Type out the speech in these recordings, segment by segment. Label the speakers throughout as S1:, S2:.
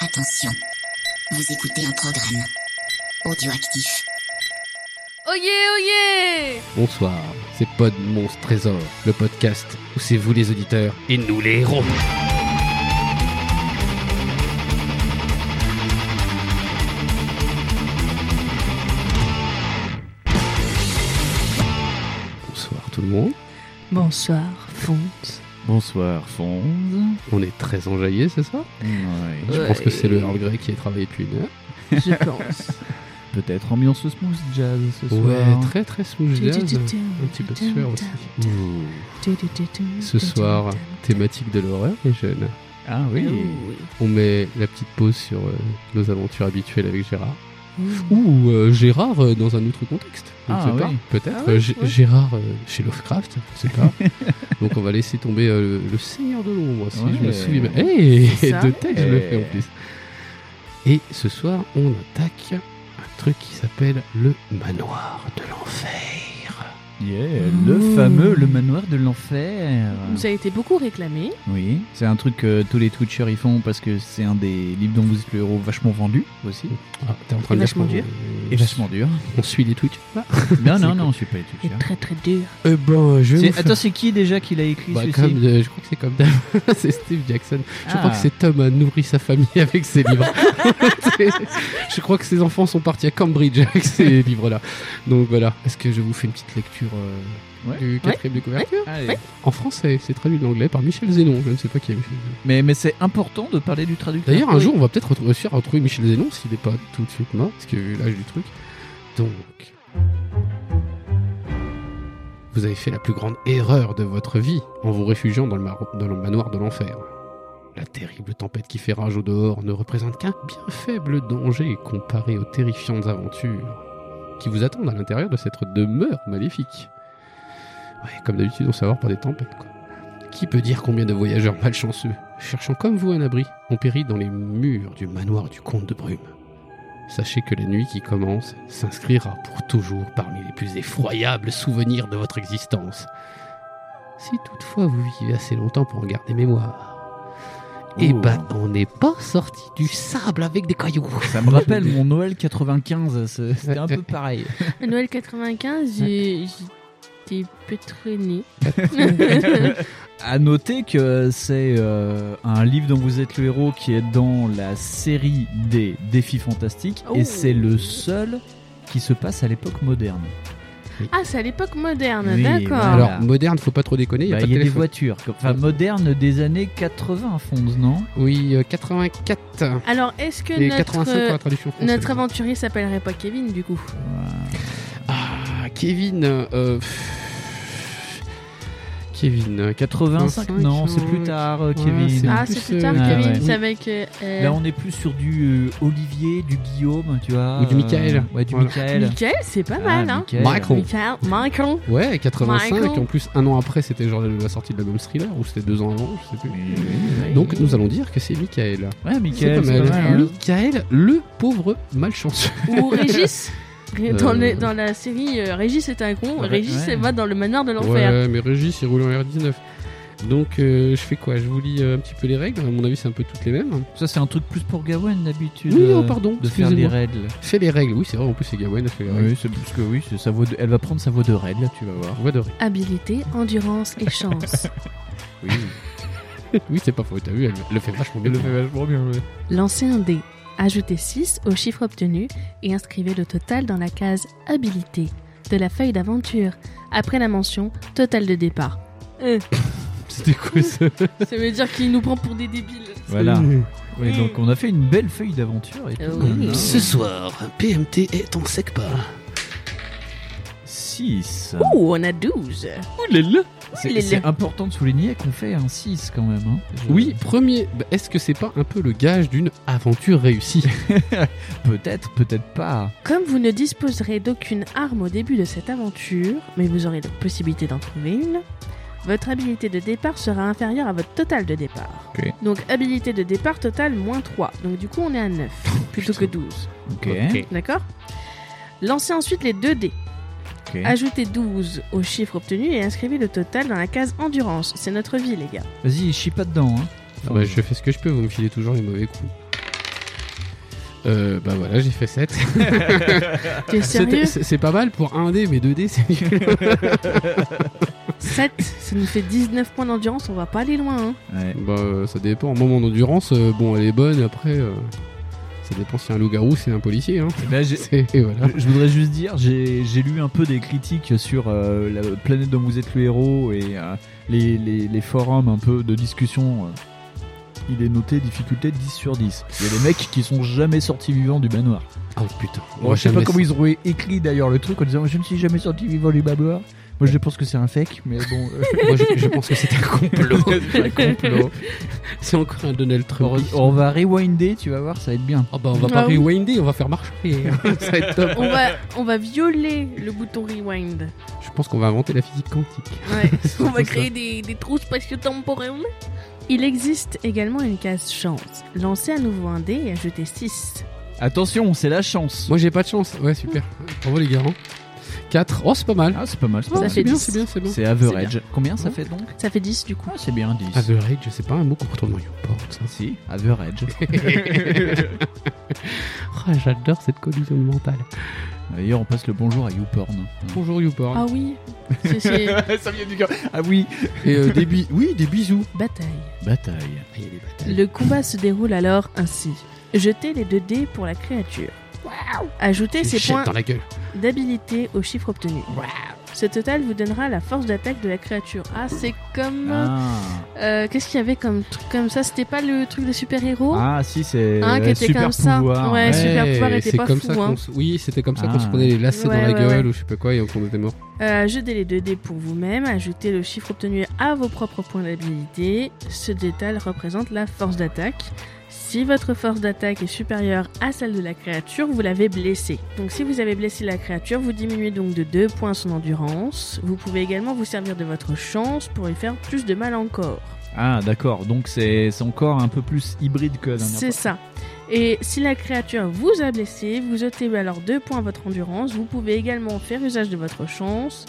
S1: Attention, vous écoutez un programme audioactif.
S2: Oyez, oyez
S3: Bonsoir, c'est Pod Monstre Trésor, le podcast où c'est vous les auditeurs et nous les héros. Bonsoir tout le monde,
S4: Bonsoir, Fonte.
S5: Bonsoir Fonz.
S3: on est très enjaillé, c'est ça
S5: Ouais,
S3: Je pense que c'est le
S4: Ouais.
S3: regret qui a travaillé depuis une heure.
S4: Je pense.
S5: Peut-être ambiance smooth jazz ce
S3: Ouais,
S5: soir.
S3: très très smooth jazz, un petit peu de sueur aussi. Ce soir, thématique de l'horreur les jeunes.
S5: Ah
S4: Oui.
S5: oui.
S3: On met la petite pause sur euh, nos aventures habituelles avec Gérard. Ou euh, Gérard euh, dans un autre contexte. On ne
S5: Ah
S3: sait
S5: oui.
S3: pas. Peut-être
S4: Ah oui,
S3: euh, G-
S4: ouais.
S3: Gérard euh, chez Lovecraft. On ne sait pas. Donc on va laisser tomber euh, le, le Seigneur de l'ombre, si je me
S5: Ouais.
S3: souviens bien. Hey,
S4: C'est ça.
S3: deux textes, je le fais en
S5: Eh.
S3: plus. Et ce soir, on attaque un truc qui s'appelle le manoir de l'enfer.
S5: Yeah,
S4: Ouh.
S5: le fameux le manoir de l'enfer.
S4: Ça a été beaucoup réclamé.
S5: Oui, c'est un truc que tous les Twitchers y font parce que c'est un des livres dont vous êtes le héros vachement vendu aussi.
S3: Ah, t'es en train
S4: Et
S3: de dire
S4: vachement
S3: qu'on-
S4: dur.
S5: Et vachement dur.
S3: On suit les Twitch.
S5: non, non, non, je suis pas les
S4: Et
S5: Twitchers.
S4: très très dur.
S3: Eh ben, je
S5: C'est- Attends, c'est qui déjà qui l'a écrit
S3: Bah,
S5: celui-ci
S3: comme, euh, je crois que c'est comme d'hab. c'est Steve Jackson. Je crois
S5: Ah.
S3: que cet homme a nourri sa famille avec ses livres. C'est- je crois que ses enfants sont partis à Cambridge avec ces livres-là. Donc voilà. Est-ce que je vous fais une petite lecture euh,
S5: Ouais.
S3: du quatrième de couverture
S5: Allez.
S4: Ouais.
S3: En français, c'est traduit de l'anglais par Michel Zénon. Je ne sais pas qui est Michel Zénon.
S5: Mais, mais c'est important de parler du traducteur.
S3: D'ailleurs, un jour, on va peut-être retrouver- réussir à retrouver Michel Zénon s'il n'est pas tout de suite mort, parce que vu l'âge du truc. Donc. Vous avez fait la plus grande erreur de votre vie en vous réfugiant dans le, mar- dans le manoir de l'enfer. La terrible tempête qui fait rage au dehors ne représente qu'un bien faible danger comparé aux terrifiantes aventures qui vous attendent à l'intérieur de cette demeure maléfique. Ouais, comme d'habitude, on savoir par des tempêtes, quoi. Qui peut dire combien de voyageurs malchanceux, cherchant comme vous un abri, ont péri dans les murs du manoir du comte de Brume Sachez que la nuit qui commence s'inscrira pour toujours parmi les plus effroyables souvenirs de votre existence. Si toutefois vous vivez assez longtemps pour en garder mémoire. Eh
S5: Oh.
S3: ben, on n'est pas sorti du sable avec des cailloux.
S5: Ça me rappelle mon Noël 95, ce- c'était un peu pareil.
S4: À Noël 95, j'ai- j'étais peu traîné.
S5: À noter que c'est euh, un livre dont vous êtes le héros qui est dans la série des défis fantastiques
S4: Oh.
S5: et c'est le seul qui se passe à l'époque moderne.
S4: Ah, c'est à l'époque moderne,
S5: Oui,
S4: d'accord.
S5: voilà.
S3: Alors, moderne, faut pas trop déconner, il
S5: Ah Bah,
S3: a pas de
S5: Il y a des
S3: téléphone.
S5: voitures, comme- enfin moderne des années 80, Fonz, non
S3: Oui, euh, 84.
S4: Alors, est-ce que
S3: Et
S4: notre, euh,
S3: 85 pour la traduction française.
S4: notre aventurier s'appellerait pas Kevin du coup
S3: Ah, Kevin. euh, pff, Kevin. euh,
S5: 85 Non, c'est plus tard, euh, Kevin.
S3: c'est-
S4: Ah,
S3: plus,
S4: c'est plus tard,
S3: euh,
S4: Kevin,
S5: ouais.
S4: c'est avec. euh,
S5: Là, on est plus sur du euh, Olivier, du Guillaume, tu vois. euh,
S3: Ou du Michael.
S5: Ouais, du
S3: Voilà.
S5: Michael.
S4: Michael, c'est pas mal,
S5: Ah,
S4: hein.
S5: Michael.
S3: Michael.
S4: Michael, Michael.
S3: Ouais, 85.
S4: Michael.
S3: En plus, un an après, c'était genre la sortie de l'album Thriller, ou c'était deux ans avant, je sais plus.
S5: Oui, oui, oui.
S3: Donc, nous allons dire que c'est Michael.
S5: Ouais,
S3: C'est
S5: Michael,
S3: pas mal.
S5: hein.
S3: Michael, le pauvre malchanceux.
S4: Ou Régis dans,
S3: Euh.
S4: le- dans la série euh, Régis est un con,
S5: Ouais,
S4: Régis
S5: ouais.
S4: va dans le manoir de l'enfer.
S3: Ouais, mais Régis, il roule en R19. Donc, euh, je fais quoi Je vous lis euh, un petit peu les règles. À mon avis, c'est un peu toutes les mêmes.
S5: Ça, c'est un truc plus pour Gawain d'habitude.
S3: Oui, non,
S5: euh,
S3: pardon,
S5: De faire des
S3: excusez-moi.
S5: règles.
S3: Fais les règles. Oui, c'est vrai, en plus, c'est Gawain a fait les règles.
S5: Oui, c'est parce que oui, c'est- ça vaut de- elle va prendre sa voix de raid, là, tu vas voir.
S3: On va adorer.
S4: Habilité, endurance et chance.
S5: Oui,
S3: Oui, c'est pas faux. T'as vu, elle le fait vachement bien.
S5: elle le fait vachement bien. ouais.
S4: Lancez un dé, ajoutez 6 au chiffre obtenu et inscrivez le total dans la case Habilité de la feuille d'aventure après la mention Total de départ. Euh,
S3: C'était quoi ça
S4: ça veut dire qu'il nous prend pour des débiles.
S5: Voilà. Oui, donc on a fait une belle feuille d'aventure et tout. Hein.
S4: Euh, oui.
S3: Mmh. Ce soir, PMT est en secpa.
S5: 6.
S4: Ouh, on a 12.
S5: C'est
S4: les-
S5: c'est important de souligner qu'on fait un 6 quand même. hein. Je-
S3: Oui, premier. bah, Est-ce que c'est pas un peu le gage d'une aventure réussie
S5: Peut-être, peut-être pas.
S4: Comme vous ne disposerez d'aucune arme au début de cette aventure, mais vous aurez la possibilité d'en trouver une, votre habilité de départ sera inférieure à votre total de départ.
S5: Ok.
S4: Donc habilité de départ totale moins 3. Donc du coup on est à 9 plutôt que 12.
S5: Ok.
S4: D'accord Lancez ensuite les 2 dés.
S5: ok.
S4: Ajoutez 12 au chiffre obtenu et inscrivez le total dans la case endurance. C'est notre vie les gars.
S5: Vas-y, chie pas dedans. Hein.
S3: Ah bah, Je fais ce que je peux, vous me filez toujours les mauvais coups. Euh, bah voilà, j'ai fait 7.
S4: Tu es sérieux
S3: C'est c'est pas mal pour 1 dé, mais 2 dés, c'est nul.
S4: 7, ça nous fait 19 points d'endurance, on va pas aller loin. hein.
S5: Ouais.
S3: bah, euh, ça dépend. Moi, mon endurance, euh, bon, elle est bonne. Après, euh, ça dépend si un loup-garou, c'est un policier. Hein.
S5: Et ben, j'ai-
S3: C'est- et voilà.
S5: Je voudrais juste dire, j'ai j'ai lu un peu des critiques sur euh, la planète dont vous êtes le héros et euh, les, les- les forums un peu de discussion. euh. Il est noté difficulté 10 sur 10. Il y a des mecs qui sont jamais sortis vivants du manoir.
S3: Ah putain.
S5: Moi, Oh, je sais
S3: jamais
S5: pas
S3: ça.
S5: comment ils ont écrit d'ailleurs le truc en disant je ne suis jamais sorti vivant du manoir. Moi je pense que c'est un fake, mais bon. euh,
S3: Moi, je, je pense que c'est un complot.
S5: C'est un complot.
S3: c'est encore un Donald Trump.
S5: on, on va rewinder, tu vas voir, ça va être bien.
S3: Oh, bah, on va
S4: Ah
S3: pas
S4: oui.
S3: rewinder, on va faire marche arrière. ça va être top.
S4: On va, on va violer le bouton rewind.
S3: Je pense qu'on va inventer la physique quantique.
S4: Ouais,
S3: C'est
S4: on
S3: un peu
S4: va
S3: ça.
S4: créer des, des trous spatio-temporels. Il existe également une case chance. Lancez à nouveau un dé et ajoutez 6.
S5: Attention, c'est la chance.
S3: Moi, j'ai pas de chance. Ouais, super. Bravo, les gars. 4. Oh, c'est pas mal.
S5: Ah, c'est pas mal. c'est
S3: Oh,
S5: pas mal.
S4: fait
S3: c'est bien,
S4: 10.
S3: c'est bien, c'est bien.
S5: C'est average. Combien ça
S3: Ouais.
S5: fait donc
S4: Ça fait 10 du coup.
S5: Ah, c'est bien 10.
S3: Average, c'est pas un mot qu'on retrouve dans Youport, ça.
S5: Si, average.
S3: Ah, J'adore cette collision mentale.
S5: D'ailleurs, on passe le bonjour à YouPorn.
S3: Bonjour Youport.
S4: Ah oui, c'est- c'est
S5: ça vient du cœur. Ah oui.
S3: Et euh, des bi- oui, des bisous.
S4: bataille.
S5: Bataille.
S3: Ah, il y a des batailles.
S4: Le combat se déroule alors ainsi. Jetez les 2 dés pour la créature. Ajoutez
S3: Des
S4: ses
S3: chiottes
S4: points
S3: dans la gueule.
S4: d'habilité au chiffre obtenu. Ce total vous donnera la force d'attaque de la créature. Ah, c'est comme...
S5: Ah,
S4: euh, Qu'est-ce qu'il y avait comme truc comme ça C'était pas le truc des super-héros
S5: Ah, si, c'est
S4: Hein, Oh. qui
S5: euh,
S4: était
S5: super
S4: comme ça.
S5: pouvoir.
S4: Ouais, super pouvoir était
S3: c'est
S4: pas
S3: comme
S4: fou,
S3: ça qu'on
S4: hein.
S3: s- Oui, c'était comme ça qu'on
S5: Ah.
S3: se prenait les lacets
S4: Ouais,
S3: dans la
S4: ouais,
S3: gueule
S4: ouais.
S3: ou je sais pas quoi et qu'on était mort.
S4: Euh, jetez les 2 dés pour vous-même, ajoutez le chiffre obtenu à vos propres points d'habilité. Ce détail représente la force d'attaque. Si votre force d'attaque est supérieure à celle de la créature, vous l'avez blessée. Donc si vous avez blessé la créature, vous diminuez donc de 2 points son endurance. Vous pouvez également vous servir de votre chance pour lui faire plus de mal encore.
S5: Ah, d'accord. Donc, c'est c'est encore un peu plus hybride que la dernière
S4: C'est
S5: fois.
S4: ça. Et si la créature vous a blessé, vous ôtez alors 2 points à votre endurance. Vous pouvez également faire usage de votre chance.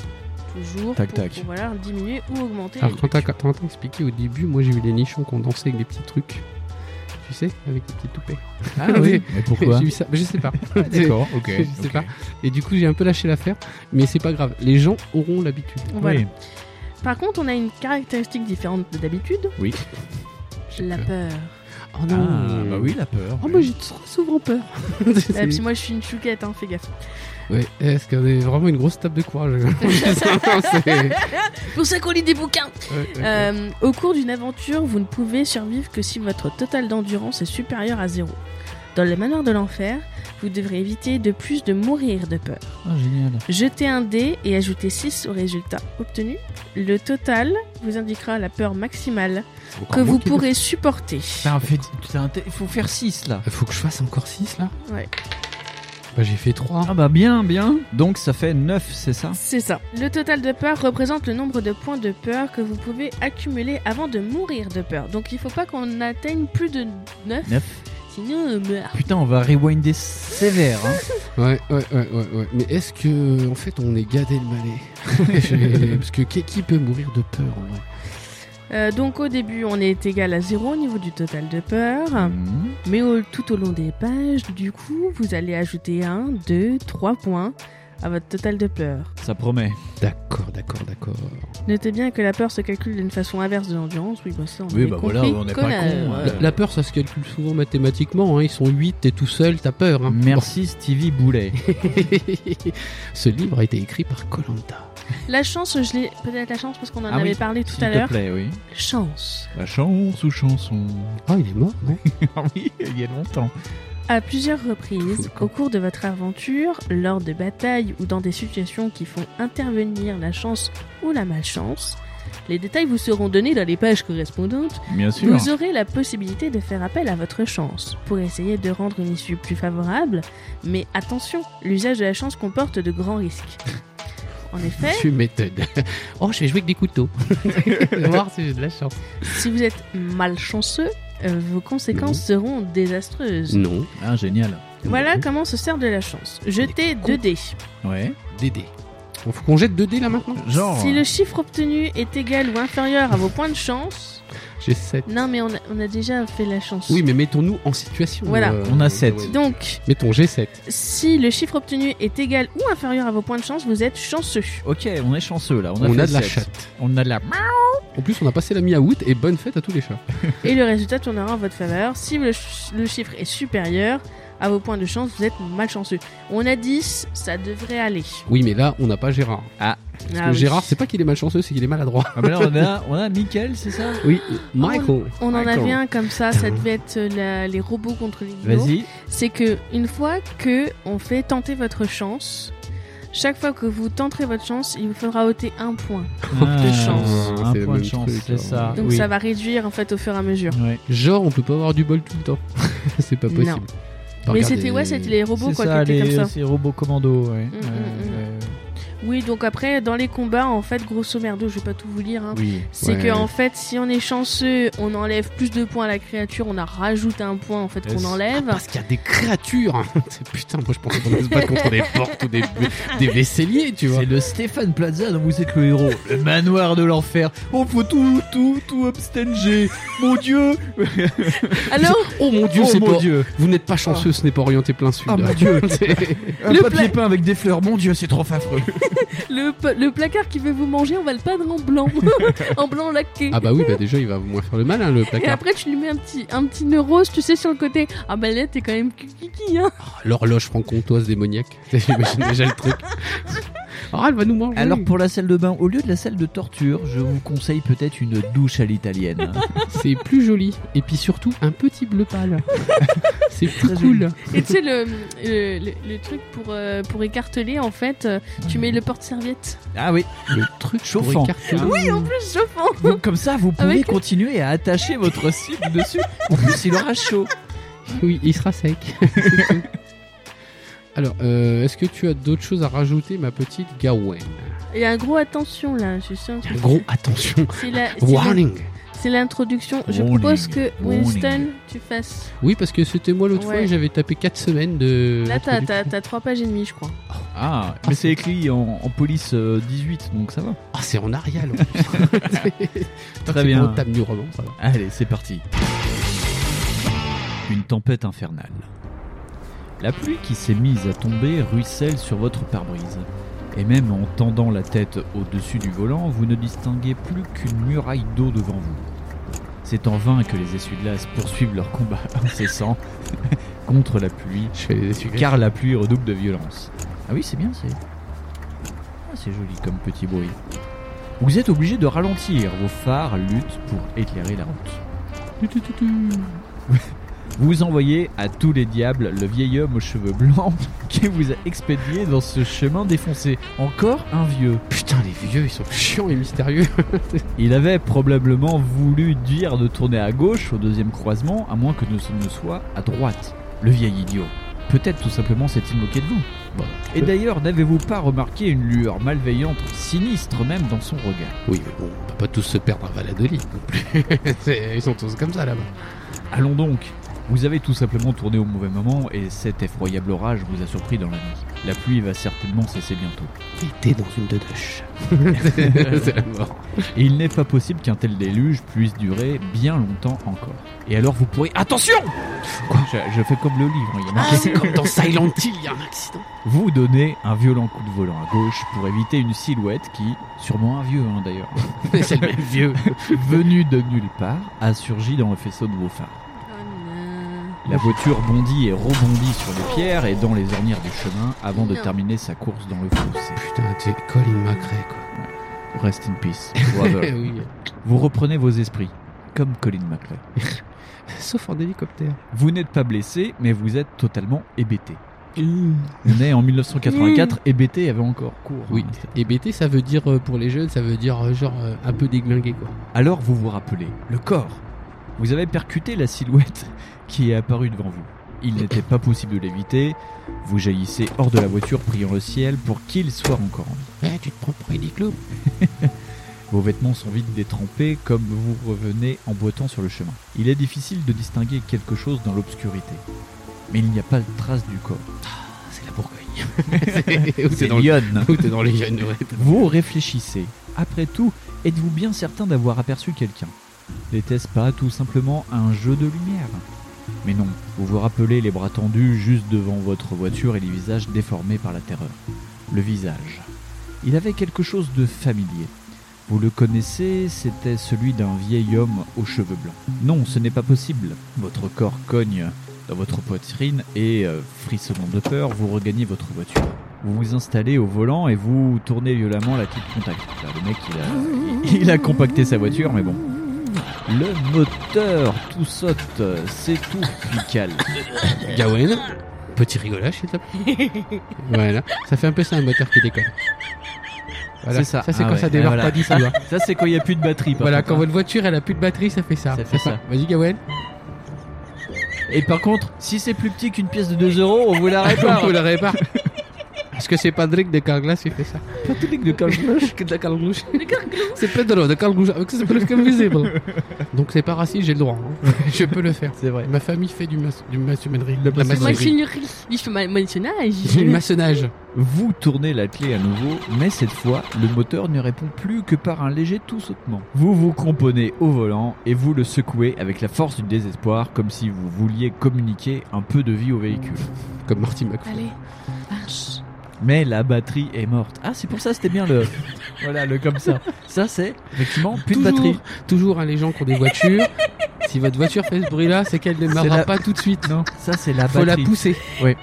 S4: Toujours
S5: Tac,
S4: pour
S5: tac.
S4: pouvoir diminuer ou augmenter
S3: Alors
S4: les
S3: quand t'as
S4: trucs.
S3: quand t'as expliqué au début, moi j'ai eu les nichons qu'on dansait avec des petits trucs. Tu sais, avec des petits toupets.
S5: Ah oui. Mais pourquoi
S3: J'ai eu ça, mais je sais pas.
S5: D'accord, ok.
S3: Je sais
S5: ok.
S3: pas. Et du coup, j'ai un peu lâché l'affaire, mais c'est pas grave. Les gens auront l'habitude.
S4: Voilà.
S5: Oui.
S4: Par contre, on a une caractéristique différente de d'habitude.
S5: Oui.
S4: La peur.
S3: Oh non.
S5: Ah, bah oui, la peur.
S3: Oh,
S5: oui.
S3: moi j'ai trop souvent peur. C'est-
S4: Et puis moi, je suis une chouquette, hein, fais gaffe.
S3: Ouais, est-ce qu'on est vraiment une grosse table de courage C'est-
S4: Pour ça qu'on lit des bouquins.
S3: ouais, ouais.
S4: Euh, au cours d'une aventure, vous ne pouvez survivre que si votre total d'endurance est supérieur à zéro. Dans le manoir de l'enfer, vous devrez éviter de plus de mourir de peur.
S5: Ah, génial.
S4: Jetez un dé et ajoutez 6 au résultat obtenu. Le total vous indiquera la peur maximale
S3: C'est encore
S4: que
S3: moi
S4: vous
S3: qui le
S4: pourrez supporter.
S5: T'as un fait... t'as un t- Il faut faire 6 là.
S3: Faut que je fasse encore 6 là
S4: Ouais.
S3: Bah j'ai fait 3.
S5: Ah, bah bien, bien. Donc, ça fait 9, c'est ça
S4: C'est ça. Le total de peur représente le nombre de points de peur que vous pouvez accumuler avant de mourir de peur. Donc il faut pas qu'on atteigne plus de 9,
S5: 9.
S4: sinon on meurt.
S5: Putain, on va rewinder sévère. Hein.
S3: Ouais, ouais, ouais, ouais, ouais. Mais est-ce que en fait on est gadé le malais J'ai- Parce que qui qui peut mourir de peur en vrai
S4: Euh, donc au début, on est égal à 0 au niveau du total de peur.
S5: Mhm.
S4: Mais au- tout au long des pages, du coup, vous allez ajouter 1, 2, 3 points à votre total de peur.
S5: Ça promet.
S3: D'accord, d'accord, d'accord.
S4: Notez bien que la peur se calcule d'une façon inverse de l'endurance. Oui, bah ça, on
S5: Oui,
S4: est
S5: bah voilà,
S4: compris,
S5: on n'est pas
S4: connard.
S5: cons, hein.
S3: La, la peur ça se calcule souvent mathématiquement, hein. ils sont 8, t'es tout seul, t'as peur.
S5: Ah.
S3: hein.
S5: Merci Stevie Boulet.
S3: Bon. Ce livre a été écrit par Colanta.
S4: La chance, je l'ai peut-être la chance parce qu'on en
S5: Ah
S4: avait
S5: oui,
S4: parlé tout
S5: S'il
S4: à
S5: te
S4: l'heure.
S5: plaît, oui.
S4: Chance.
S5: La chance ou chanson
S3: Ah il est mort, non
S5: Ah oui, il y a longtemps.
S4: À plusieurs reprises,
S3: Foucault.
S4: au cours de votre aventure, lors de batailles ou dans des situations qui font intervenir la chance ou la malchance, les détails vous seront donnés dans les pages correspondantes.
S5: Bien
S4: Vous aurez la possibilité de faire appel à votre chance pour essayer de rendre une issue plus favorable, mais attention, l'usage de la chance comporte de grands risques. En effet,
S3: Tu m'étonnes. Oh je vais jouer avec des couteaux. On va voir si j'ai de la chance.
S4: si vous êtes malchanceux, euh, vos conséquences seront désastreuses.
S3: Non.
S5: Ah, génial.
S4: Voilà
S3: Non.
S4: comment se sert de la chance. Jetez
S3: cons.
S4: 2 dés.
S5: Ouais.
S3: Des dés. Bon, faut qu'on jette 2 dés là maintenant
S5: Genre.
S4: Si le chiffre obtenu est égal ou inférieur à vos points de chance,
S3: J'ai 7.
S4: Non, mais on a, on a déjà fait la chance.
S3: Oui, mais mettons-nous en situation.
S4: Voilà.
S5: On a sept.
S3: Joël.
S4: Donc,
S3: Mettons G7.
S4: si le chiffre obtenu est égal ou inférieur à vos points de chance, vous êtes chanceux.
S5: Ok, on est chanceux là. On
S3: On
S5: a,
S3: a,
S5: fait
S3: de la
S5: sept.
S3: chatte.
S5: On a de
S4: Ah.
S5: la.
S3: En plus, on a passé la mi-août et bonne fête à tous les chats.
S4: Et le résultat tournera en votre faveur. Si le, ch- le chiffre est supérieur à vos points de chance, vous êtes malchanceux. On a 10, ça devrait aller.
S3: Oui, mais là, on n'a pas Gérard. Parce
S4: Ah
S3: que
S4: oui.
S3: Gérard, c'est pas qu'il est malchanceux, c'est qu'il est maladroit.
S5: Ah, bah là, on a, on a Michael, c'est ça
S3: Oui, Michael.
S4: On en
S3: Michael.
S4: avait un comme ça, ça
S3: Putain.
S4: devait être euh, la- les robots contre les guignols.
S5: Vas-y.
S4: C'est que une fois que on fait tenter votre chance, chaque fois que vous tenterez votre chance, il vous faudra ôter un point.
S5: Ah,
S4: Oh, chance.
S5: Un
S3: C'est le
S5: point de
S3: même
S5: chance,
S3: truc, hein.
S5: c'est ça.
S3: alors.
S4: Donc
S5: oui.
S4: ça va réduire en fait au fur et à mesure.
S5: Ouais.
S3: Genre, on peut pas avoir du bol tout le temps. c'est pas possible.
S4: Non.
S3: Bah,
S4: Mais
S3: regardez-
S4: c'était ouais, c'était les robots
S5: C'est
S4: quoi,
S5: ça,
S4: qui étaient
S5: les,
S4: comme ça.
S5: ces robots commando. Ouais.
S4: Mm,
S5: Ouais,
S4: mm, mm.
S5: ouais.
S4: Oui, donc après dans les combats en fait, grosso merdo, je vais pas tout vous lire. hein,
S5: Oui.
S4: C'est
S3: Ouais.
S4: que en fait, si on est chanceux, on enlève plus de points à la créature, on en rajoute un point en fait
S5: Yes. Ah,
S4: qu'on enlève.
S3: Parce qu'il y a des créatures C'est- Putain, moi je pensais qu'on allait se battre contre des portes ou des, des vaisseliers, tu vois.
S5: C'est le Stéphane Plaza dont vous êtes le héros, le manoir de l'enfer. On faut tout, tout, tout abstanger. Mon Dieu.
S4: Alors,
S3: Oh mon dieu,
S5: oh
S3: c'est
S5: mon
S3: pas...
S5: Dieu.
S3: Vous n'êtes pas chanceux, ce n'est pas orienté plein sud.
S4: Oh,
S5: Ah, mon Dieu.
S3: C'est-
S5: Un
S4: Le
S5: papier peint avec des fleurs. Mon Dieu, c'est trop affreux.
S4: le, p- le placard qui veut vous manger, on va le peindre en blanc, en blanc laqué.
S3: ah bah oui, bah déjà il va moins faire le mal, hein, le
S4: Et
S3: placard.
S4: après, tu lui mets un petit un petit neurose, tu sais sur le côté. Ah bah là, t'es quand même kiki hein.
S3: L'horloge franc-comtoise démoniaque. J'imagine déjà le truc. Ah, elle va nous manger.
S5: Alors pour la salle de bain, au lieu de la salle de torture, je vous conseille peut-être une douche à l'italienne.
S3: C'est plus joli. Et puis surtout, un petit bleu pâle. c'est plus
S5: Très
S3: cool.
S5: joli.
S4: Et tu sais le, le, le- le truc pour euh, pour écarteler en fait, euh, tu mets le porte-serviette.
S5: ah oui,
S3: Le truc
S5: Chauffant.
S3: Oui, en plus.
S4: Plus chauffant.
S5: vous- comme ça vous pouvez
S4: Avec-
S5: continuer à attacher votre cible dessus. En plus, il aura chaud.
S3: Oui, il sera sec. C'est tout. Alors, euh, est-ce que tu as d'autres choses à rajouter, ma petite Gawain
S4: Il y a un gros attention là, je suis sûre.
S3: Un gros attention.
S4: C'est la- c'est la-
S3: Warning.
S4: C'est l'introduction. Je
S5: Warning,
S4: propose que
S5: warning.
S4: Winston, tu fasses.
S3: Oui, parce que c'était moi l'autre
S4: Ouais.
S3: fois et j'avais tapé 4 semaines de.
S4: Là, t'as- t'as
S3: introduction.
S4: t'as trois pages et demie, je crois.
S5: Ah, mais c'est écrit en, en police euh, 18, donc ça va.
S3: Ah, c'est en Arial.
S5: Très bien.
S3: On tape du roman, ça va.
S5: Allez, c'est parti. Une tempête infernale. La pluie qui s'est mise à tomber ruisselle sur votre pare-brise. Et même en tendant la tête au-dessus du volant, vous ne distinguez plus qu'une muraille d'eau devant vous. C'est en vain que les essuie-glaces poursuivent leur combat incessant contre la pluie
S3: Je fais les essuie
S5: car la pluie redouble de violence. Ah oui, c'est bien, c'est. Ah, c'est joli comme petit bruit. Vous êtes obligé de ralentir, vos phares luttent pour éclairer la route. Vous envoyez à tous les diables le vieil homme aux cheveux blancs qui vous a expédié dans ce chemin défoncé. Encore un vieux.
S3: Putain, les vieux, ils sont chiants et mystérieux.
S5: Il avait probablement voulu dire de tourner à gauche au deuxième croisement, à moins que ne ce ne soit à droite. Le vieil idiot. Peut-être tout simplement s'est-il moqué de vous.
S3: Bon.
S5: Et d'ailleurs, n'avez-vous pas remarqué une lueur malveillante, sinistre même dans son regard
S3: Oui, mais bon, on peut pas tous se perdre à Valladolid non plus. C'est- ils sont tous comme ça là-bas.
S5: Allons donc Vous avez tout simplement tourné au mauvais moment et cet effroyable orage vous a surpris dans la nuit. La pluie va certainement cesser bientôt.
S3: Et t'es dans une dedoche. C'est la mort.
S5: Et il n'est pas possible qu'un tel déluge puisse durer bien longtemps encore. Et alors vous pourrez... Attention je, je fais comme le livre, il y a marqué.
S3: Ah, C'est comme dans Silent Hill, il y a un accident.
S5: Vous donnez un violent coup de volant à gauche pour éviter une silhouette qui, sûrement un vieux hein, d'ailleurs,
S3: Mais C'est le même vieux.
S5: venu de nulle part, a surgi dans le faisceau de vos phares.
S4: Oh non.
S5: La voiture bondit et rebondit sur les pierres et dans les ornières du chemin avant de
S4: Non.
S5: terminer sa course dans le fossé.
S3: Putain, t'es Colin McRae, quoi.
S5: Rest in peace.
S3: Eh
S5: brother.
S3: oui.
S5: Vous reprenez vos esprits, comme Colin McRae.
S3: Sauf en hélicoptère.
S5: Vous n'êtes pas blessé, mais vous êtes totalement hébété.
S3: Mm.
S5: On est en 1984, hébété avait encore cours.
S3: Hmm. Oui.
S5: hein, c'était-
S3: Et BT, ça veut dire, euh, pour les jeunes, ça veut dire euh, genre euh, un peu déglingué, quoi.
S5: Alors vous vous rappelez, le corps. Vous avez percuté la silhouette qui est apparue devant vous. Il n'était pas possible de l'éviter. Vous jaillissez hors de la voiture, priant le ciel pour qu'il soit encore en vie.
S3: Eh, tu te prends pour Uniqlo
S5: Vos vêtements sont vite détrempés comme vous revenez en boitant sur le chemin. Il est difficile de distinguer quelque chose dans l'obscurité. Mais il n'y a pas de trace du corps.
S3: Ah, C'est la Bourgogne. C'est ou t'es dans, le-
S5: Lyon.
S3: ou t'es dans les jeunes, ouais.
S5: Vous réfléchissez. Après tout, êtes-vous bien certain d'avoir aperçu quelqu'un N'était-ce pas tout simplement un jeu de lumière Mais non, vous vous rappelez les bras tendus juste devant votre voiture et les visages déformés par la terreur. Le visage. Il avait quelque chose de familier. Vous le connaissez, c'était celui d'un vieil homme aux cheveux blancs. Non, ce n'est pas possible. Votre corps cogne dans votre poitrine et, euh, frissonnant de peur, vous regagnez votre voiture. Vous vous installez au volant et vous tournez violemment la petite contact. Là, le mec, il a, il a compacté sa voiture, mais bon. Le moteur tout saute, c'est tout, puis cale.
S3: Gawain Petit rigolage, s'il te plaît. voilà. Ça fait un peu ça, un moteur qui décolle. Voilà.
S5: C'est ça.
S3: c'est
S5: Ah
S3: quand
S5: ouais,
S3: ça démarre
S5: voilà.
S3: pas du tout. hein.
S5: Ça, c'est quand il n'y a plus de batterie. par
S3: Voilà,
S5: contre,
S3: quand
S5: hein.
S3: votre voiture, elle a plus de batterie, ça fait ça.
S5: Ça fait
S3: C'est pas-
S5: ça.
S3: Vas-y, Gawain.
S5: Et par contre, si c'est plus petit qu'une pièce de 2 euros, on vous la
S3: On
S5: répare.
S3: vous la répare. Est-ce que c'est Patrick de Carglass qui fait ça Patrick de Carglass de Carglass. C'est Pedro de Carglass. Avec ça, ça peut le faire invisible. Donc c'est pas raciste, j'ai le droit. hein. Je peux le faire.
S5: C'est vrai.
S3: Ma famille fait du, mas du maçonnerie. De la
S5: maçonnerie.
S3: maçonnerie.
S4: Machinerie. Il fait ma- maçonnage.
S3: Du maçonnage.
S5: Vous tournez la clé à nouveau, mais cette fois, le moteur ne répond plus que par un léger tout sautement. Vous vous cramponnez au volant et vous le secouez avec la force du désespoir, comme si vous vouliez communiquer un peu de vie au véhicule.
S3: Comme Marty McFly.
S2: Allez, marche.
S5: Mais la batterie est morte. Ah, c'est pour ça, c'était bien le. voilà, le comme ça. Ça, c'est effectivement plus de
S3: toujours,
S5: batterie.
S3: toujours hein, les gens qui ont des voitures. si votre voiture fait ce bruit-là, c'est qu'elle ne
S5: C'est
S3: démarrera
S5: la-
S3: pas tout de suite.
S5: Non, ça, c'est la
S3: Faut la
S5: batterie.
S3: pousser.
S5: Ouais.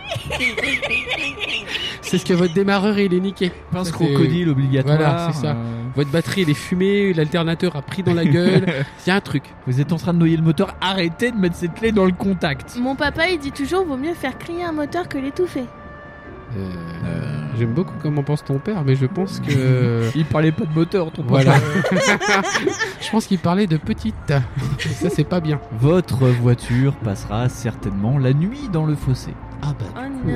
S3: c'est ce que votre démarreur il est niqué.
S5: Pince
S3: Ça, c'est-
S5: crocodile obligatoire.
S3: Voilà, c'est ça.
S5: euh,
S3: Votre batterie elle est fumée, l'alternateur a pris dans la gueule. Il y a un truc.
S5: Vous êtes en train de noyer le moteur, arrêtez de mettre cette clé dans le contact.
S4: Mon papa, il dit toujours vaut mieux faire crier un moteur que l'étouffer.
S5: Euh,
S3: J'aime beaucoup comment pense ton père, mais je pense que
S5: Il parlait pas de moteur, ton
S3: Euh, voilà.
S5: pote.
S3: je pense qu'il parlait de petite. Et ça c'est pas bien.
S5: Votre voiture passera certainement la nuit dans le fossé.
S3: Ah bah
S4: Oh non.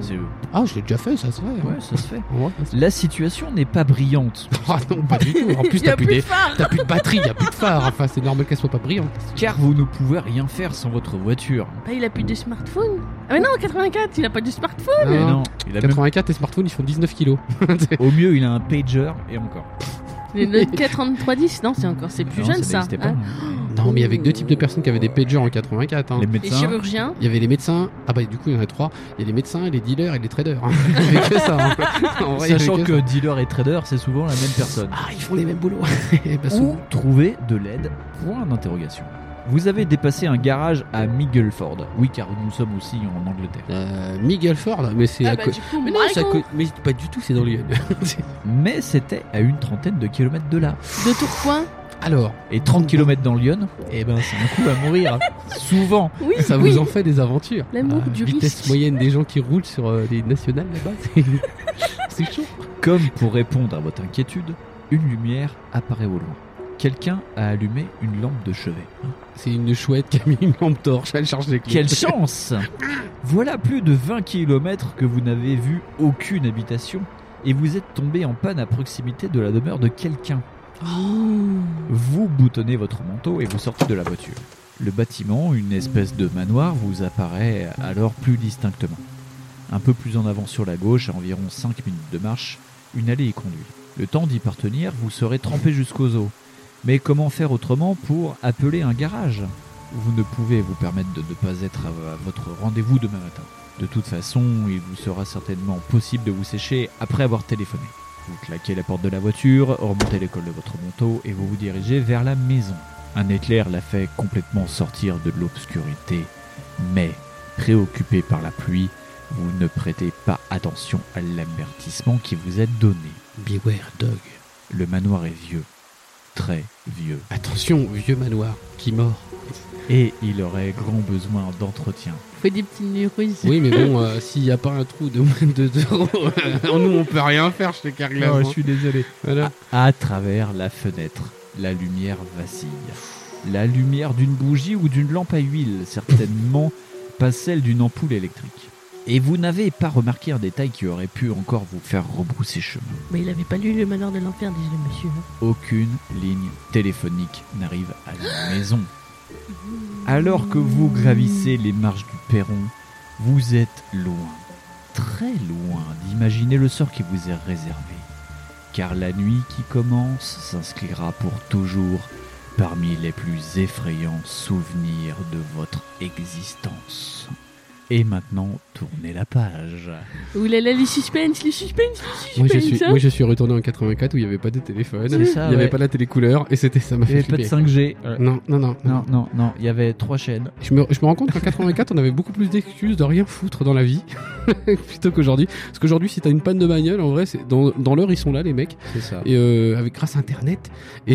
S5: C'est- euh,
S3: ah je l'ai déjà fait ça c'est vrai.
S5: Ouais, ça se fait.
S3: Ouais, Ah, ça se-
S5: La situation n'est pas brillante,
S3: Ah non pas du tout. En plus
S4: Il y
S3: t'as
S4: a
S3: plus,
S4: plus
S3: des-
S4: de phare.
S3: t'as plus de batterie, y a plus de phare. Enfin c'est normal qu'elle soit pas brillante.
S5: car vous ne pouvez rien faire sans votre voiture.
S4: Bah, il a plus de smartphone. Ah mais non, 84, il a pas de smartphone.
S5: Mais
S3: Oh, Non.
S5: Eh non, il a même-
S3: 84 et smartphones ils font 19 kilos.
S5: Au mieux, il a un pager et encore.
S4: Le Note 43310, non, c'est encore, c'est plus
S5: Non,
S4: jeune ça.
S5: n'existait pas,
S4: Ah.
S5: hein.
S3: non mais il y avait deux types de personnes qui avaient des pagers en 84. hein.
S5: Les
S4: Les
S5: médecins.
S4: chirurgiens.
S3: Il y avait les médecins, ah bah du coup il y en a trois, il y a les médecins, les dealers et les traders. Il y avait que ça. hein. En vrai, il y avait
S5: Sachant
S3: ça.
S5: que dealer et trader, c'est souvent la même personne.
S3: Ah, ils font les mêmes boulots. Eh ben,
S5: Ou
S3: souvent.
S5: trouver de l'aide Point d'interrogation. Vous avez dépassé un garage à Miggleford. Oui, car nous sommes aussi en Angleterre.
S3: Euh, Miguel Ford, mais c'est
S4: Ah
S3: à
S4: bah,
S3: co-
S4: du coup,
S3: Mais non, c'est à
S4: Michael.
S3: co- mais pas du tout, c'est dans Lyon. C'est-
S5: Mais c'était à une trentaine de kilomètres de là.
S4: de Tourcoing.
S3: Alors,
S5: Et 30 kilomètres dans Lyon, eh ben c'est un coup à mourir. Souvent.
S4: Oui,
S3: ça
S4: oui.
S3: vous en fait des aventures.
S4: L'amour
S3: La
S4: du
S3: vitesse
S4: risque.
S3: moyenne des gens qui roulent sur euh, les nationales là-bas, c'est- c'est chaud.
S5: Comme pour répondre à votre inquiétude, une lumière apparaît au loin. Quelqu'un a allumé une lampe de chevet.
S3: C'est une chouette qui a mis une lampe torche, elle charge les clés.
S5: Quelle chance Voilà plus de 20 kilomètres que vous n'avez vu aucune habitation et vous êtes tombé en panne à proximité de la demeure de quelqu'un. Vous boutonnez votre manteau et vous sortez de la voiture. Le bâtiment, une espèce de manoir, vous apparaît alors plus distinctement. Un peu plus en avant sur la gauche, à environ 5 minutes de marche, une allée y conduit. Le temps d'y parvenir, vous serez trempé jusqu'aux os. Mais comment faire autrement pour appeler un garage Vous ne pouvez vous permettre de ne pas être à à votre rendez-vous demain matin. De toute façon, il vous sera certainement possible de vous sécher après avoir téléphoné. Vous claquez la porte de la voiture, remontez l'école de votre manteau et vous vous dirigez vers la maison. Un éclair la fait complètement sortir de l'obscurité, mais préoccupé par la pluie, vous ne prêtez pas attention à l'avertissement qui vous est donné.
S3: Beware dog.
S5: Le manoir est vieux, très vieux,
S3: Attention, vieux manoir qui mord.
S5: et il aurait grand besoin d'entretien.
S4: Fait des petites neurones.
S3: Oui, mais bon, euh, s'il n'y a pas un trou de moins de 2 euros, euh, nous on peut rien faire chez Carglass. hein.
S5: désolé.
S3: Voilà.
S5: À travers la fenêtre, la lumière vacille. La lumière d'une bougie ou d'une lampe à huile, certainement pas celle d'une ampoule électrique. Et vous n'avez pas remarqué un détail qui aurait pu encore vous faire rebrousser chemin.
S4: Mais il avait pas lu Le Malheur de l'Enfer déjà, monsieur. hein.
S5: Aucune ligne téléphonique n'arrive à la maison. Alors que vous gravissez les marches du perron, vous êtes loin, très loin d'imaginer le sort qui vous est réservé. Car la nuit qui commence s'inscrira pour toujours parmi les plus effrayants souvenirs de votre existence. Et maintenant, tournez la page.
S4: Ouh là là, le suspense, le suspense, le
S5: Ah,
S4: suspense.
S3: Moi je, suis,
S4: hein.
S3: moi, je suis retourné en 84 où il n'y avait pas de téléphone,
S5: C'est ça,
S3: il n'y avait
S5: ouais.
S3: pas la télécouleur et c'était ça m'a
S5: Il n'y
S3: fait
S5: avait pas de
S3: flipper.
S5: 5G.
S3: Non, non, non.
S5: Non, non, non, il y avait trois chaînes.
S3: Je me, je me rends compte qu'en 84, on avait beaucoup plus d'excuses de rien foutre dans la vie plutôt qu'aujourd'hui. Parce qu'aujourd'hui, si t'as une panne de bagnole, en vrai, c'est dans, dans l'heure, ils sont là, les mecs.
S5: C'est ça.
S3: Et euh, avec grâce à Internet. Et,
S5: Et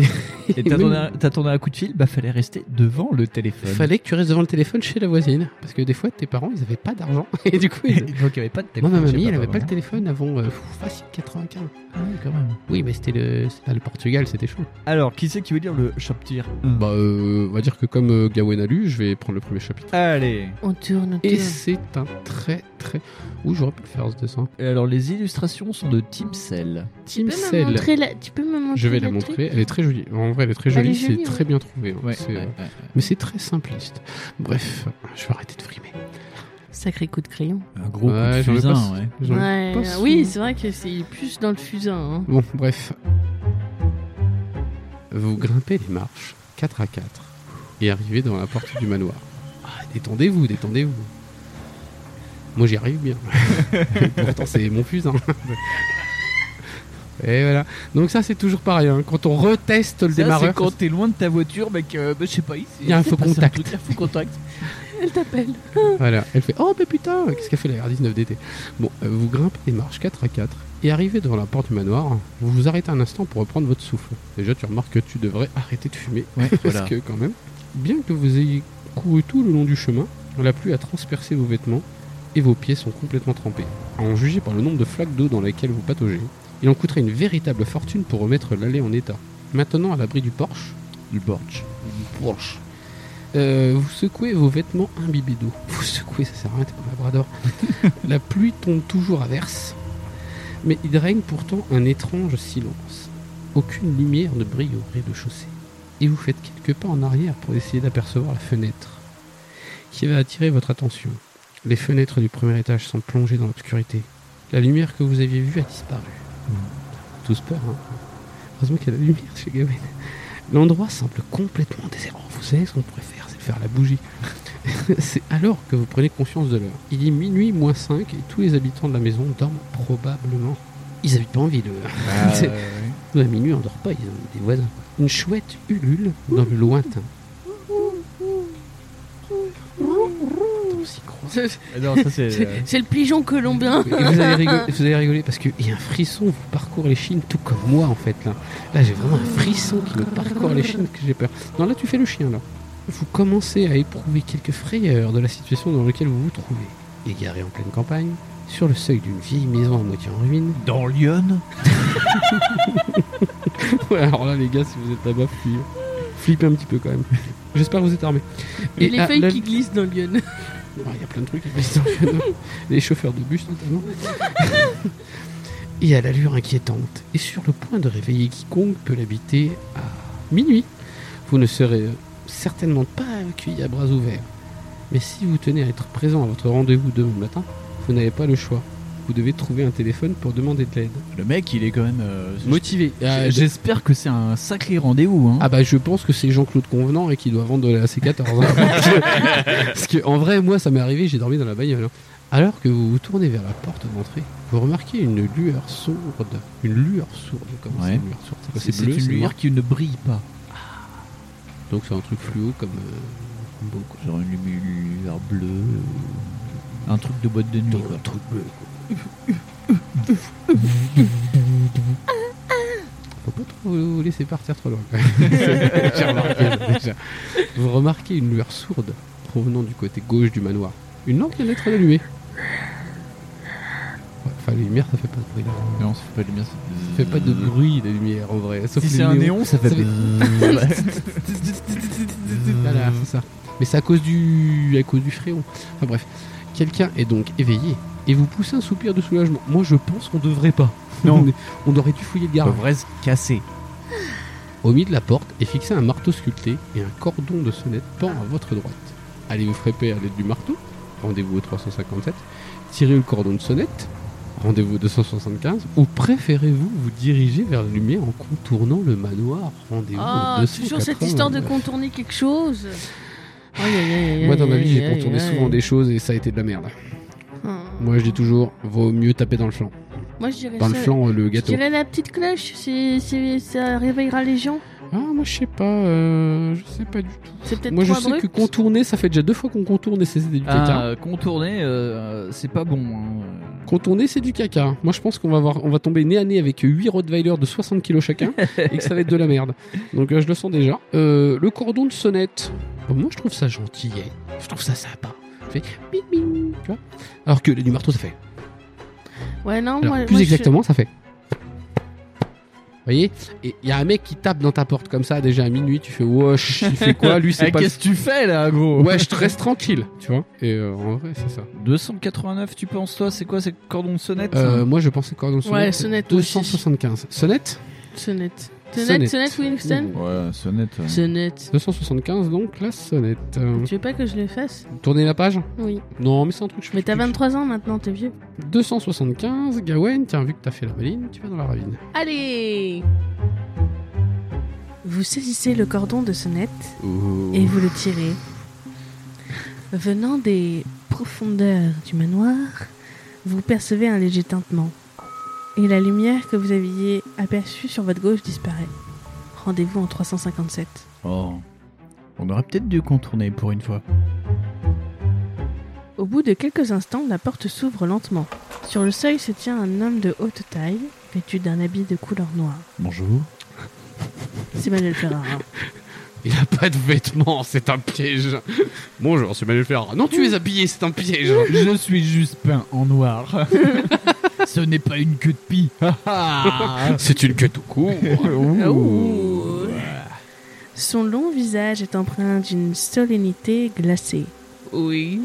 S3: et même-
S5: t'attendais un- t'attendais un coup de fil, bah fallait rester devant le téléphone.
S3: fallait que tu restes devant le téléphone chez la voisine. Parce que des fois, tes parents, ils avaient pas d'argent. Et du coup, ils...
S5: Donc il n'y avait pas de
S3: Moi,
S5: téléphone.
S3: ma
S5: chez
S3: mamie, elle
S5: papa,
S3: avait pas le
S5: maman.
S3: téléphone avant euh, facile 95.
S5: Ah ouais, quand même.
S3: Oui, mais c'était le, c'était le Portugal, c'était chaud.
S5: Alors, qui c'est qui veut dire le chaptir
S3: Bah, euh, on va dire que comme euh, Gawain a lu, je vais prendre le premier chapitre.
S5: Allez.
S4: On tourne, on tourne.
S3: Et c'est un très très. Ouh, j'aurais pu le faire ce dessin.
S5: Et alors, les illustrations sont de Tim Cell.
S4: Tu
S3: Tim
S4: peux me
S3: Cell.
S4: montrer la... Tu peux me montrer
S3: Je vais la
S4: le truc
S3: montrer. Elle est très jolie. En vrai, elle est très
S4: Elle est
S3: jolie.
S4: jolie,
S3: C'est
S4: ouais.
S3: très bien trouvé. hein. C'est, euh,
S5: ouais, ouais.
S3: Mais c'est très simpliste. Bref, je vais arrêter de frimer.
S4: Sacré coup de crayon.
S5: Un gros
S3: Ouais,
S5: coup
S3: j'en
S5: de
S3: ai
S5: fusain,
S3: pas-
S5: ouais.
S3: j'en ai
S4: Ouais,
S3: pas
S4: euh,
S3: souvent.
S4: oui, c'est vrai que c'est plus dans le fusain. hein.
S3: Bon, bref. Vous grimpez les marches, 4 à 4, et arrivez devant la porte du manoir. Ah, détendez-vous, détendez-vous. Moi, j'y arrive bien. Pourtant, c'est mon fusain. et voilà. Donc ça, c'est toujours pareil. hein. Quand on reteste le
S5: Ça,
S3: démarreur...
S5: c'est quand t'es loin de ta voiture, mec, euh, bah, je sais pas, il
S3: Il y a un faux contact.
S5: Il y a un faux contact.
S4: Elle t'appelle.
S3: Voilà, elle fait Oh, mais putain, qu'est-ce qu'elle fait la R19 d'été Bon, euh, vous grimpez les marches 4 à 4 et arrivez devant la porte du manoir. Vous vous arrêtez un instant pour reprendre votre souffle. Déjà, tu remarques que tu devrais arrêter de fumer.
S5: Ouais, voilà.
S3: Parce que, quand même, bien que vous ayez couru tout le long du chemin, la pluie a transpercé vos vêtements et vos pieds sont complètement trempés. À en juger par le nombre de flaques d'eau dans lesquelles vous pataugez, il en coûterait une véritable fortune pour remettre l'allée en état. Maintenant, à l'abri du Porsche,
S5: Du Borch.
S3: Porsche. Euh, vous secouez vos vêtements imbibés d'eau. Vous secouez, ça sert à rien, t'es pas un labrador. La pluie tombe toujours à verse, mais il règne pourtant un étrange silence. Aucune lumière ne brille au rez-de-chaussée. Et vous faites quelques pas en arrière pour essayer d'apercevoir la fenêtre, qui va attirer votre attention. Les fenêtres du premier étage sont plongées dans l'obscurité. La lumière que vous aviez vue a disparu. Tous peur, hein Heureusement qu'il y a la lumière chez Gavin. L'endroit semble complètement désert. Vous savez ce qu'on pourrait faire, c'est faire la bougie. c'est alors que vous prenez conscience de l'heure. Il est minuit moins 5 et tous les habitants de la maison dorment probablement. Ils habitent pas en ville. eux.
S5: Ah,
S3: C'est- Nous, à minuit, on dort pas, ils ont des voisins. Une chouette ulule dans le lointain. Attends, s'y croit.
S5: Non, ça c'est. euh,
S4: C'est c'est le pigeon colombien.
S3: Et vous allez rigoler, vous allez rigoler parce qu'il y a un frisson vous parcourt les chines, tout comme moi en fait. Là, là j'ai vraiment un frisson qui me parcourt les chines que j'ai peur. Non, là tu fais le chien là. Vous commencez à éprouver quelques frayeurs de la situation dans laquelle vous vous trouvez. Égaré en pleine campagne, sur le seuil d'une vieille maison à moitié en ruine.
S5: Dans Lyon
S3: Ouais, alors là les gars, si vous êtes là-bas, fuyez. Flippez un petit peu quand même. J'espère que vous êtes armés.
S4: Et les
S3: à
S4: feuilles
S3: la-
S4: qui glissent dans Lyon.
S3: Ouais, Il y a plein de trucs qui existent dans le Vietnam. Les chauffeurs de bus notamment. et à l'allure inquiétante, et sur le point de réveiller quiconque peut l'habiter à minuit. Vous ne serez euh, certainement pas accueilli à bras ouverts. Mais si vous tenez à être présent à votre rendez-vous demain matin, vous n'avez pas le choix. Vous devez trouver un téléphone pour demander de l'aide.
S5: Le mec, il est quand même. euh,
S3: Motivé. Ah,
S5: J'espère que c'est un sacré rendez-vous. Hein.
S3: ah bah je pense que c'est Jean-Claude Convenant et qui doit vendre de la C14. hein. Parce que en vrai, moi ça m'est arrivé, j'ai dormi dans la bagnole. hein. Alors que vous vous tournez vers la porte d'entrée, vous remarquez une lueur sourde. Une lueur sourde. Comment
S5: Ouais.
S3: c'est une lueur sourde C'est quoi,
S5: c'est
S3: C'est
S5: une
S3: bleu, c'est
S5: lumière
S3: noir.
S5: qui ne brille pas.
S3: Donc c'est un truc fluo comme. euh, comme beau, quoi.
S5: Genre une lumière bleue. euh, Un truc de boîte de nuit.
S3: Dans
S5: quoi.
S3: le truc bleu, quoi. Faut pas trop vous laisser partir trop loin. quand même. J'ai remarqué, ça, déjà. Vous remarquez une lueur sourde provenant du côté gauche du manoir. Une lampe vient d'être allumée. Ouais, Enfin, la lumière, ça fait pas de bruit. Là.
S5: Non, ça fait pas de lumière. Ça
S3: Ça fait pas de bruit, la lumière, en vrai. Sauf les
S5: Si c'est un
S3: néons.
S5: néon, ça fait.
S3: Ça fait- Voilà, c'est ça. Mais c'est à cause du, à cause du fréon. Enfin bref, quelqu'un est donc éveillé et vous poussez un soupir de soulagement. Moi, je pense qu'on devrait pas.
S5: Non.
S3: on aurait dû fouiller le
S5: On
S3: garage.
S5: devrait se casser.
S3: Au milieu de la porte est fixé un marteau sculpté et un cordon de sonnette pend à votre droite. Allez vous frapper à l'aide du marteau. Rendez-vous au 357. Tirez le cordon de sonnette. rendez-vous 275 ou préférez-vous vous diriger vers la lumière en contournant le manoir rendez-vous
S4: Oh,
S3: 280.
S4: toujours cette histoire de contourner quelque chose. Aïe, aïe, aïe, aïe,
S3: Moi, dans ma
S4: aïe,
S3: vie, j'ai
S4: aïe,
S3: contourné
S4: aïe.
S3: souvent des choses et ça a été de la merde.
S4: Ah.
S3: Moi, je dis toujours, vaut mieux taper dans le flanc.
S4: Moi, je dirais,
S3: Dans le
S4: ça-
S3: flanc, euh, le
S4: je
S3: gâteau.
S4: dirais la petite cloche, c'est- c'est- ça réveillera les gens.
S3: Ah, moi, je sais pas, euh, je sais pas du tout.
S4: C'est peut-être
S3: Moi, je
S4: trop
S3: sais que
S4: abrupt.
S3: contourner, ça fait déjà deux fois qu'on contourne et c'est c'est du
S5: Ah,
S3: caca.
S5: euh, contourner, euh, c'est pas bon. hein.
S3: Contourner, c'est du caca. Moi, je pense qu'on va avoir, on va tomber nez à nez avec 8 Rottweiler de 60 kilos chacun et que ça va être de la merde. Donc, euh, je le sens déjà. Euh, le cordon de sonnette. Bon, moi, je trouve ça gentil. hein. Je trouve ça sympa. Ça fait bing bing, tu vois. Alors que du marteau, ça fait.
S4: Ouais, non,
S3: Alors,
S4: Ah, moi,
S3: plus
S4: moi, je-
S3: exactement, ça fait. Vous voyez Et il y a un mec qui tape dans ta porte comme ça déjà à minuit, tu fais wesh, il fait quoi Lui, c'est
S5: Eh,
S3: pas.
S5: Qu'est-ce que tu fais là, gros
S3: Ouais, je te reste tranquille, tu vois. Et euh, en vrai, c'est ça.
S5: 289, tu penses toi, c'est quoi, c'est cordon de sonnette
S3: Euh, moi, je pensais cordon sonnette.
S4: Ouais, sonnette, moi aussi.
S3: 275. Sonnette
S4: Sonnette.
S3: Sonnette.
S4: Sonnette, sonnette, Winston
S5: Ouais, sonnette. euh.
S4: Sonnette.
S3: 275, donc la sonnette. Euh,
S4: Tu veux pas que je le fasse
S3: tournez la page
S4: Oui.
S3: Non, mais c'est un truc. je-
S4: Mais t'as 23 ans maintenant, t'es vieux.
S3: 275, Gawain, tiens, vu que t'as fait la maline, tu vas dans la ravine.
S4: Allez Vous saisissez le cordon de sonnette et vous le tirez. Venant des profondeurs du manoir, vous percevez un léger tintement. Et la lumière que vous aviez aperçue sur votre gauche disparaît. Rendez-vous en 357.
S5: Oh. On aurait peut-être dû contourner pour une fois.
S4: Au bout de quelques instants, la porte s'ouvre lentement. Sur le seuil se tient un homme de haute taille, vêtu d'un habit de couleur noire.
S5: Bonjour.
S4: C'est Manuel Ferrara.
S3: Il a pas de vêtements, c'est un piège. Bonjour, c'est Manuel Ferrara. Non, tu es habillé, c'est un piège.
S5: Je suis juste peint en noir. Ce n'est pas une queue de pie.
S3: Ah, C'est une queue tout court.
S4: Son long visage est empreint d'une solennité glacée. Oui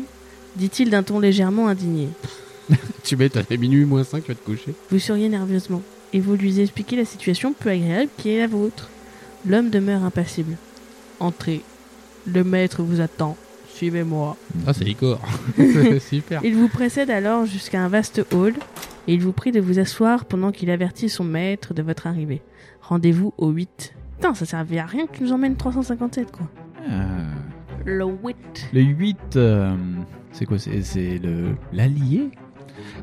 S4: dit-il d'un ton légèrement indigné.
S3: tu mets à minuit moins 5, tu vas te coucher.
S4: Vous souriez nerveusement et vous lui expliquez la situation peu agréable qui est la vôtre. L'homme demeure impassible. Entrez. Le maître vous attend. Suivez-moi.
S3: Ah, c'est Icor. C'est Super.
S4: Il vous précède alors jusqu'à un vaste hall et il vous prie de vous asseoir pendant qu'il avertit son maître de votre arrivée. Rendez-vous au 8. Putain, ça servait à rien que tu nous emmènes 357, quoi.
S5: Ah.
S4: Le 8.
S5: Le 8, euh, c'est quoi C'est c'est le l'allié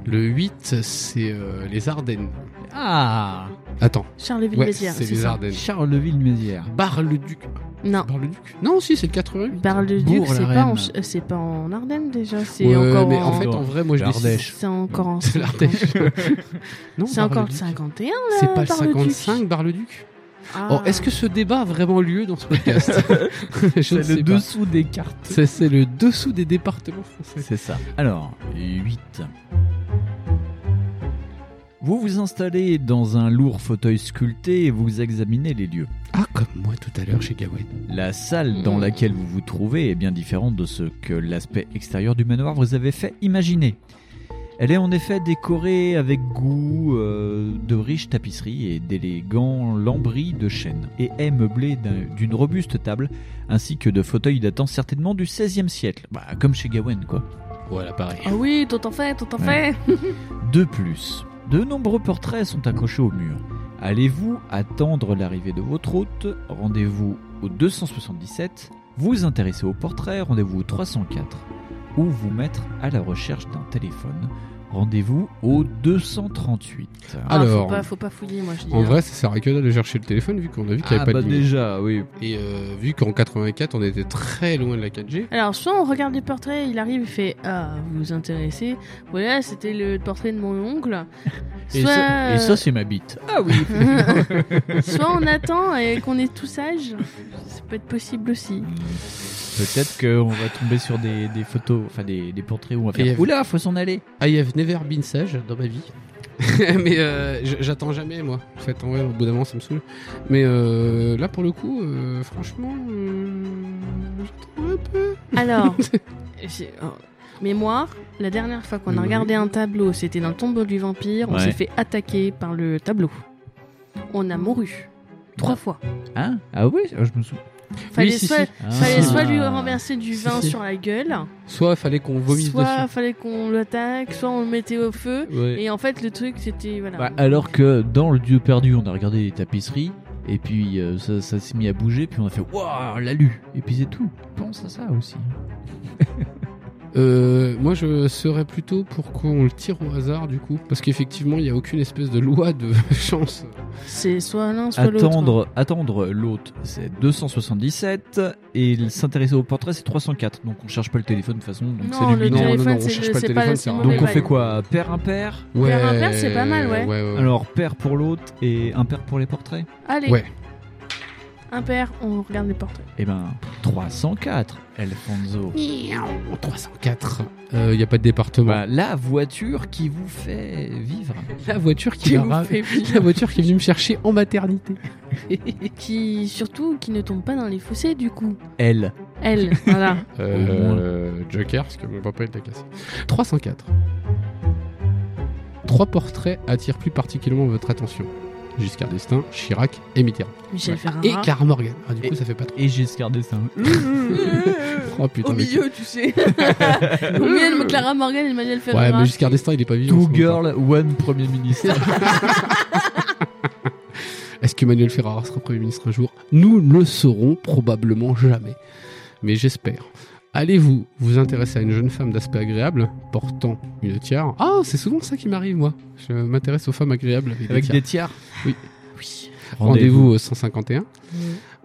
S3: Le 8, c'est euh, les Ardennes.
S5: Ah
S3: Attends,
S4: Charleville-Mézières,
S3: Ouais, c'est les
S4: ça
S3: Ardennes.
S5: Charleville-Mézières.
S3: Bar-le-duc.
S4: Non.
S3: Bar-le-duc Non, si, c'est le 88.
S4: Bar-le-Duc,
S5: Bourg, la
S4: c'est pas, en,
S5: reine.
S4: Ch- euh, c'est pas en Ardennes déjà, c'est
S3: Ouais,
S4: encore
S3: mais
S4: en.
S3: en fait, en vrai, moi je décide.
S5: L'Ardèche.
S4: c'est encore en.
S3: C'est l'Ardèche. Non,
S4: C'est encore le
S3: Bar-le-Duc.
S4: 51 là.
S3: C'est pas le
S4: Bar-le-Duc.
S3: 55, Bar-le-Duc
S4: Ah.
S3: Oh, Est-ce que ce débat a vraiment lieu dans ce podcast Je ne
S5: C'est
S3: sais
S5: le
S3: pas.
S5: dessous des cartes.
S3: C'est c'est le dessous des départements français.
S5: C'est ça. Alors, 8. Vous vous installez dans un lourd fauteuil sculpté et vous examinez les lieux.
S3: Ah, comme moi tout à l'heure chez Gawain.
S5: La salle dans
S4: Mmh.
S5: laquelle vous vous trouvez est bien différente de ce que l'aspect extérieur du manoir vous avait fait imaginer. Elle est en effet décorée avec goût euh, de riches tapisseries et d'élégants lambris de chêne, et est meublée d'un- d'une robuste table ainsi que de fauteuils datant certainement du XVIe siècle, bah, comme chez Gawain quoi.
S3: Voilà, pareil.
S4: Ah oui, tout en fait, tout en
S5: Ouais.
S4: fait.
S5: De plus, de nombreux portraits sont accrochés au mur. Allez-vous attendre l'arrivée de votre hôte Rendez-vous au 277. Vous intéressez au portrait Rendez-vous au 304. Ou vous mettre à la recherche d'un téléphone Rendez-vous au 238.
S3: Ah, Alors.
S4: faut pas, faut pas fouiller, moi je dis.
S3: En
S4: hein.
S3: vrai, ça sert à que dalle de chercher le téléphone vu qu'on a vu qu'il n'y
S5: Ah,
S3: avait pas
S5: bah
S3: de ligne.
S5: déjà, oui.
S3: Et euh, vu qu'en 84, on était très loin de la 4G.
S4: Alors, soit on regarde des portraits, il arrive, il fait Ah, vous vous intéressez Voilà, c'était le portrait de mon oncle.
S5: Et,
S4: soit, euh,
S5: ça, et ça, c'est ma bite. Ah oui.
S4: soit on attend et qu'on est tous sages. Ça peut être possible aussi.
S5: Peut-être qu'on va tomber sur des, des photos, enfin des, des portraits où on va
S3: Et il y
S5: faire.
S3: avait-
S5: Oula, faut s'en aller.
S3: I have never been sage dans ma vie. mais euh, j- j'attends jamais, moi. En fait, en vrai, au bout d'un moment, ça me saoule. Mais euh, là, pour le coup, euh, franchement, euh, j'attends un peu.
S4: Alors, j'ai- oh, mémoire, la dernière fois qu'on a
S3: Oui.
S4: regardé un tableau, c'était dans le tombeau du vampire, on
S5: Ouais.
S4: s'est fait attaquer par le tableau. On a mouru. Trois fois.
S5: Hein Ah oui, je me souviens.
S4: Fallait,
S3: oui, si,
S4: soit,
S3: si.
S5: Ah.
S4: fallait soit lui renverser du
S3: Si,
S4: vin
S3: si.
S4: sur la gueule,
S3: Soit fallait qu'on vomisse
S4: soit fallait qu'on l'attaque, soit on le mettait au feu.
S3: dessus. Ouais.
S4: Et en fait, le truc, c'était. Voilà.
S5: Bah, alors que dans le Dieu perdu, on a regardé les tapisseries, et puis euh, ça, ça s'est mis à bouger, puis on a fait Waouh, l'a lu Et puis c'est tout. Pense à ça aussi.
S3: Euh, moi, je serais plutôt pour qu'on le tire au hasard, du coup. Parce qu'effectivement, il n'y a aucune espèce de loi de chance.
S4: C'est soit l'un, soit l'autre. hein.
S5: Attendre attendre l'autre, c'est 277, et s'intéresser au portrait, c'est 304. Donc on cherche pas le téléphone de toute façon, donc
S4: Non, bah,
S5: c'est
S4: le
S5: lui.
S3: Non, non,
S4: téléphone,
S3: non, on
S4: c'est
S3: cherche
S4: le-
S3: pas le
S4: c'est pas
S3: téléphone,
S4: le
S3: c'est un
S4: symbole.
S3: nom.
S5: Donc on
S4: Ouais.
S5: fait quoi Père impair
S4: Ouais, Faire un père, c'est pas mal, ouais.
S3: ouais, ouais.
S5: Alors père pour l'autre et impair pour les portraits
S4: Allez,
S3: Ouais.
S4: impair, on regarde les portraits.
S5: Eh ben 304, Alfonso.
S3: Miaou, 304. Il n'y Euh, a pas de département.
S5: Bah, la voiture qui vous fait vivre.
S3: la voiture qui,
S4: Qui
S3: m'a
S4: vous
S3: ra-
S4: fait vivre.
S3: la voiture qui est venue me chercher en maternité.
S4: Qui, surtout, qui ne tombe pas dans les fossés, du coup.
S5: Elle.
S4: Elle, voilà.
S3: Euh, Joker, parce que mon papa il l'a cassé. 304. Trois portraits attirent plus particulièrement votre attention. Giscard d'Estaing, Chirac et Mitterrand.
S4: Michel Ferrara.
S3: Et Karl Morgan. Ah, du
S5: Et-
S3: coup, ça fait pas trop.
S5: Et Giscard d'Estaing.
S3: Oh putain.
S4: Au
S3: mais-
S4: milieu, tu sais. Au milieu de Clara Morgan et Emmanuel
S3: Ouais,
S4: Ferrara.
S3: mais Giscard d'Estaing, il est pas vivant.
S5: Two
S3: c'est longtemps.
S5: girl, one premier ministre.
S3: Est-ce que Manuel Ferrara sera Premier ministre un jour Nous ne le saurons probablement jamais. Mais j'espère. Allez-vous vous intéresser à une jeune femme d'aspect agréable, portant une tiare Ah, c'est souvent ça qui m'arrive, moi. Je m'intéresse aux femmes agréables avec,
S5: Avec
S3: des tiares.
S5: des tiers.
S3: Oui. Rendez-vous au 151.
S4: Oui.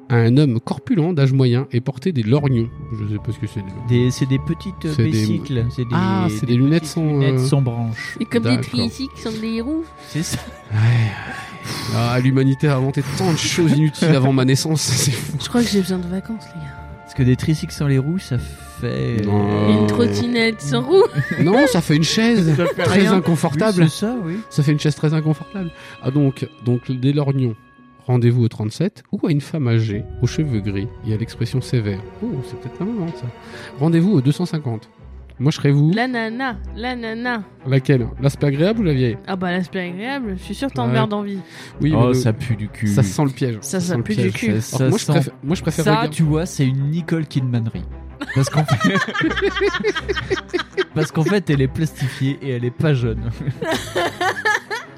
S3: À un homme corpulent, d'âge moyen, et porté des lorgnons. Je sais pas ce que c'est. des lorgnons.
S5: Des- C'est des petites euh,
S3: C'est des-
S5: bicycles. C'est des,
S3: Ah, c'est des lunettes
S5: petites
S3: sans,
S5: lunettes
S3: euh,
S5: sans branches.
S4: Et comme des
S3: D'accord.
S4: tricycles qui sont des roues.
S5: C'est ça.
S3: Ouais. Ah, l'humanité a inventé tant de choses inutiles avant ma naissance, c'est fou.
S4: Je crois que j'ai besoin de vacances, les gars.
S5: Parce que des tricycles sans les roues, ça fait.
S3: Non.
S4: Une trottinette sans roues.
S3: Non, ça fait une chaise
S5: Ça fait
S3: très
S5: rien.
S3: inconfortable.
S5: Oui, c'est ça, oui.
S3: Ça fait une chaise très inconfortable. Ah donc, donc des lorgnons. Rendez-vous au 37 ou à une femme âgée, aux cheveux gris et à l'expression sévère. Oh, c'est peut-être la maman, ça. Rendez-vous au 250. Moi, je serais vous.
S4: La nana, la nana.
S3: Laquelle L'aspect agréable ou la vieille
S4: Ah bah l'aspect agréable, je suis sûr t'en
S3: Ouais.
S4: meurs d'envie.
S3: Oui, mais
S5: Oh,
S3: le-
S5: ça pue du cul.
S3: ça sent le piège.
S4: Ça, ça
S3: sent le
S4: pue du
S3: piège.
S4: cul.
S5: Ça
S3: Alors, moi, je
S5: sent-
S3: préfère, moi, je préfère
S5: Ça,
S3: regarder-
S5: tu vois, c'est une Nicole Kidmanerie. Parce qu'en fait... Parce qu'en fait, elle est plastifiée et elle est pas jeune.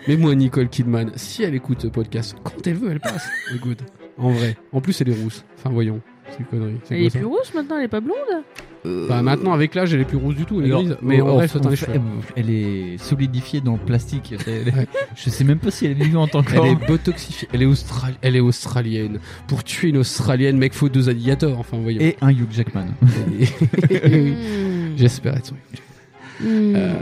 S3: Mais moi, Nicole Kidman, si elle écoute ce podcast, quand elle veut, elle passe. Écoute, en vrai. En plus, elle est rousse. Enfin, voyons. C'est une connerie. C'est
S4: Elle est
S3: quoi
S4: plus
S3: ça
S4: rousse maintenant, elle est pas blonde.
S3: Bah, maintenant, avec l'âge, elle est plus rousse du tout. Elle est
S5: Alors,
S3: grise. Mais en
S5: on-
S3: vrai, elle
S5: on
S3: saute dans les
S5: fait-
S3: cheveux.
S5: elle est solidifiée dans le plastique. Elle-
S3: Ouais.
S5: Je sais même pas si elle est vivante
S3: Elle
S5: encore.
S3: est botoxifiée, elle est, australi- elle est australienne. Pour tuer une australienne, mec, faut deux alligators, enfin, voyons.
S5: Et un Hugh Jackman.
S3: Oui.
S4: Mmh.
S3: J'espère être sûr.
S4: Mmh.
S3: Euh,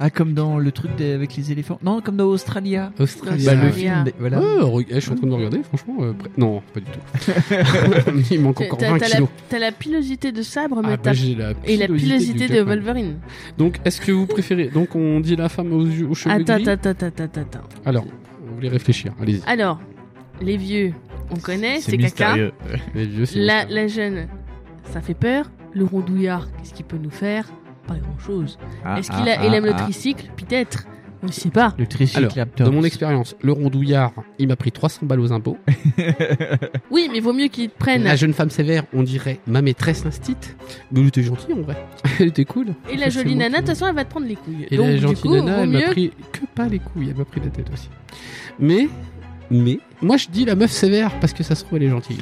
S5: Ah, comme dans le truc des- avec les éléphants. Non, comme dans Australia.
S3: Australia.
S5: Bah, le
S4: Australia.
S5: film. des- Voilà.
S3: Ouais, re- eh, je suis en train de me regarder, franchement. euh, pré- Non, pas du tout. Il manque
S4: T'as-
S3: encore
S4: T'as
S3: 20
S4: t'as la,
S3: kilos.
S4: t'as la pilosité de sabre, mais
S3: Ah,
S4: t'as
S3: bah, j'ai la
S4: et la
S3: pilosité du
S4: pilosité de
S3: Jackman.
S4: Wolverine.
S3: Donc, est-ce que vous préférez Donc, on dit la femme aux, yeux- aux cheveux
S4: Attends,
S3: gris.
S4: attends, attends, attends, attends, attends.
S3: Alors, vous voulez réfléchir Allez-y.
S4: Alors, les vieux, on connaît, c'est caca.
S5: mystérieux.
S3: Les vieux, c'est
S4: La,
S3: mystérieux.
S4: la jeune, ça fait peur. Le rondouillard, qu'est-ce qu'il peut nous faire Pas grand-chose.
S5: Ah,
S4: Est-ce
S5: ah,
S4: qu'il a-
S5: ah,
S4: il aime le
S5: ah.
S4: tricycle Peut-être. On ne sait pas.
S5: Le
S3: Alors,
S5: tricycle
S3: de mon expérience, le rondouillard, il m'a pris 300 balles aux impôts.
S4: Oui, mais vaut mieux qu'il te prenne.
S3: La jeune femme sévère, on dirait ma maîtresse instite. Mais elle était gentille en vrai. Elle était cool.
S4: Et la jolie
S3: Forcément,
S4: nana, de
S3: tu-
S4: toute façon, elle va te prendre les couilles.
S3: Et
S4: Donc,
S3: la
S4: du
S3: gentille
S4: coup,
S3: nana,
S4: vaut
S3: elle
S4: mieux
S3: m'a pris que pas les couilles, elle m'a pris la tête aussi. Mais, mais, moi je dis la meuf sévère parce que ça se trouve elle est gentille.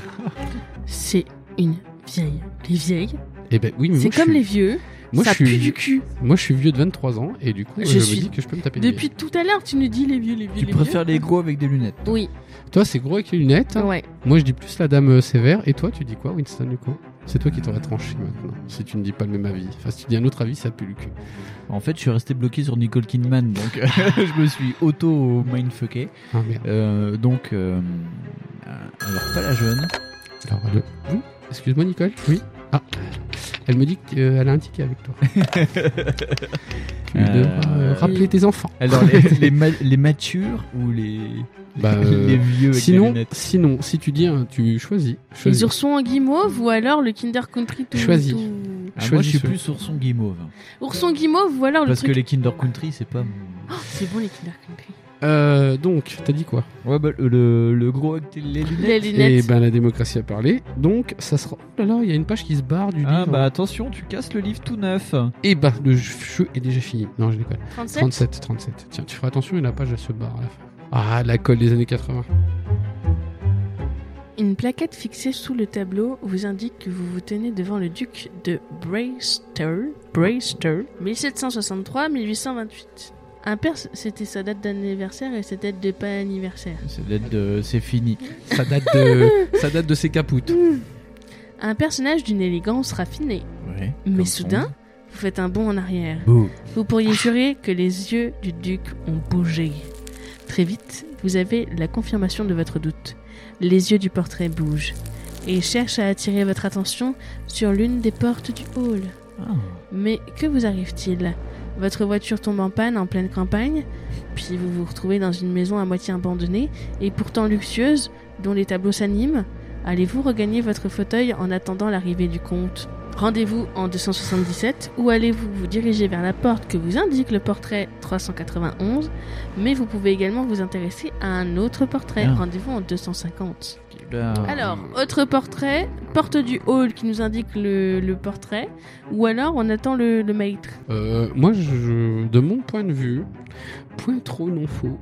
S4: C'est une vieille. Les vieilles,
S3: Et ben oui, mais
S4: c'est
S3: moi, je
S4: comme
S3: suis-
S4: les vieux,
S3: moi,
S4: ça
S3: je
S4: pue
S3: suis,
S4: du cul.
S3: Moi je suis vieux de 23 ans et du coup
S4: Je
S3: je,
S4: suis-
S3: me dis que je peux me taper des
S4: Depuis tout à l'heure, tu nous dis les vieux, les vieux,
S5: Tu
S4: les
S5: préfères les gros avec des lunettes.
S4: vieux. Oui,
S3: vieilles. Toi c'est gros avec les lunettes.
S4: ouais.
S3: Moi je dis plus la dame euh, sévère et toi tu dis quoi Winston du coup C'est toi qui t'aurais tranché maintenant si tu ne dis pas le même avis. Enfin si tu dis un autre avis ça pue le cul.
S5: En fait, je suis resté bloqué sur Nicole Kidman, donc euh, je me suis auto-mindfucké.
S3: Ah merde.
S5: Euh, donc, euh, euh, alors pas la jeune.
S3: Alors le- oui Excuse-moi Nicole. Oui. Ah. Elle me dit qu'elle a un ticket avec toi. tu
S5: Euh,
S3: devras euh, rappeler tes enfants.
S5: Alors les, les, ma- les matures ou les,
S3: Bah,
S5: les,
S3: euh,
S5: vieux avec des
S3: Sinon,
S5: lunettes.
S3: sinon, si tu dis, hein, tu choisis.
S4: Les
S3: choisis.
S4: oursons en guimauve ou alors le Kinder Country tout.
S3: Choisis.
S4: tout-
S5: Ah, moi, je suis
S3: choisis
S5: plus ourson guimauve.
S4: Oursons guimauve ou alors Oh, le
S5: Parce que
S4: truc.
S5: les Kinder Country, c'est pas. mon-
S4: Oh, c'est bon les Kinder Country.
S3: Euh, donc, t'as dit quoi
S5: Ouais, bah, le, le gros avec les lunettes.
S4: Les
S3: Et
S4: lunettes.
S3: ben la démocratie a parlé. Donc, ça sera. Oh là là, il y a une page qui se barre du
S5: Ah
S3: livre.
S5: bah attention, tu casses le livre tout neuf.
S3: Et ben le jeu est déjà fini. Non, je déconne.
S4: 37
S3: 37, 37. Tiens, tu feras attention, il n'a pas je se barre à la fin. Ah, la colle des années 80.
S4: Une plaquette fixée sous le tableau vous indique que vous vous tenez devant le duc de Bracester, Bracester 1763-1828. Un perse, c'était sa date d'anniversaire et sa date de pas anniversaire.
S5: C'est d'être de- c'est fini.
S3: Ça date de, ça date de ses capoutes.
S4: Un personnage d'une élégance raffinée.
S5: Ouais.
S4: Mais soudain, vous faites un bond en arrière. Vous pourriez jurer que les yeux du duc ont bougé. Très vite, vous avez la confirmation de votre doute. Les yeux du portrait bougent et cherchent à attirer votre attention sur l'une des portes du hall.
S5: Ah,
S4: Mais que vous arrive-t-il Votre voiture tombe en panne en pleine campagne, puis vous vous retrouvez dans une maison à moitié abandonnée et pourtant luxueuse, dont les tableaux s'animent. Allez-vous regagner votre fauteuil en attendant l'arrivée du comte Rendez-vous en 277 ou allez-vous vous diriger vers la porte que vous indique le portrait 391, mais vous pouvez également vous intéresser à un autre portrait.
S5: Ah.
S4: Rendez-vous en 250.
S5: Là,
S4: Alors, autre portrait, porte du hall qui nous indique le, le portrait, ou alors on attend le, le maître.
S3: Euh, moi, je, de mon point de vue, point trop non faux.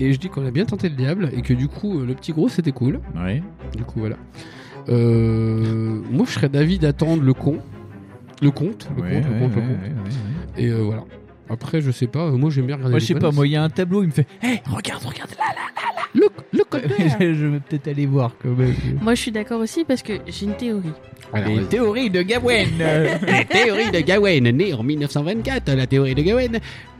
S3: Et je dis qu'on a bien tenté le diable et que du coup, euh, le petit gros, c'était cool.
S5: Ouais.
S3: Du coup, voilà. Euh, moi, je serais d'avis d'attendre le con. Le compte, le
S5: Ouais,
S3: compte, le
S5: ouais,
S3: compte,
S5: ouais,
S3: le compte.
S5: ouais, ouais, ouais.
S3: Et euh, voilà. Après, je sais pas, euh, moi j'aime bien regarder
S5: Moi,
S3: les
S5: je sais pas,
S3: bonnes.
S5: moi, il y a un tableau, il me fait Hé, regarde, regarde là,
S3: Le, le
S5: là
S3: code
S5: Je je vais peut-être aller voir quand même.
S4: Moi je suis d'accord aussi parce que j'ai une théorie.
S3: Alors, vas-y.
S5: théories de Gawain
S3: La théorie de Gawain, née en 1924, la théorie de Gawain.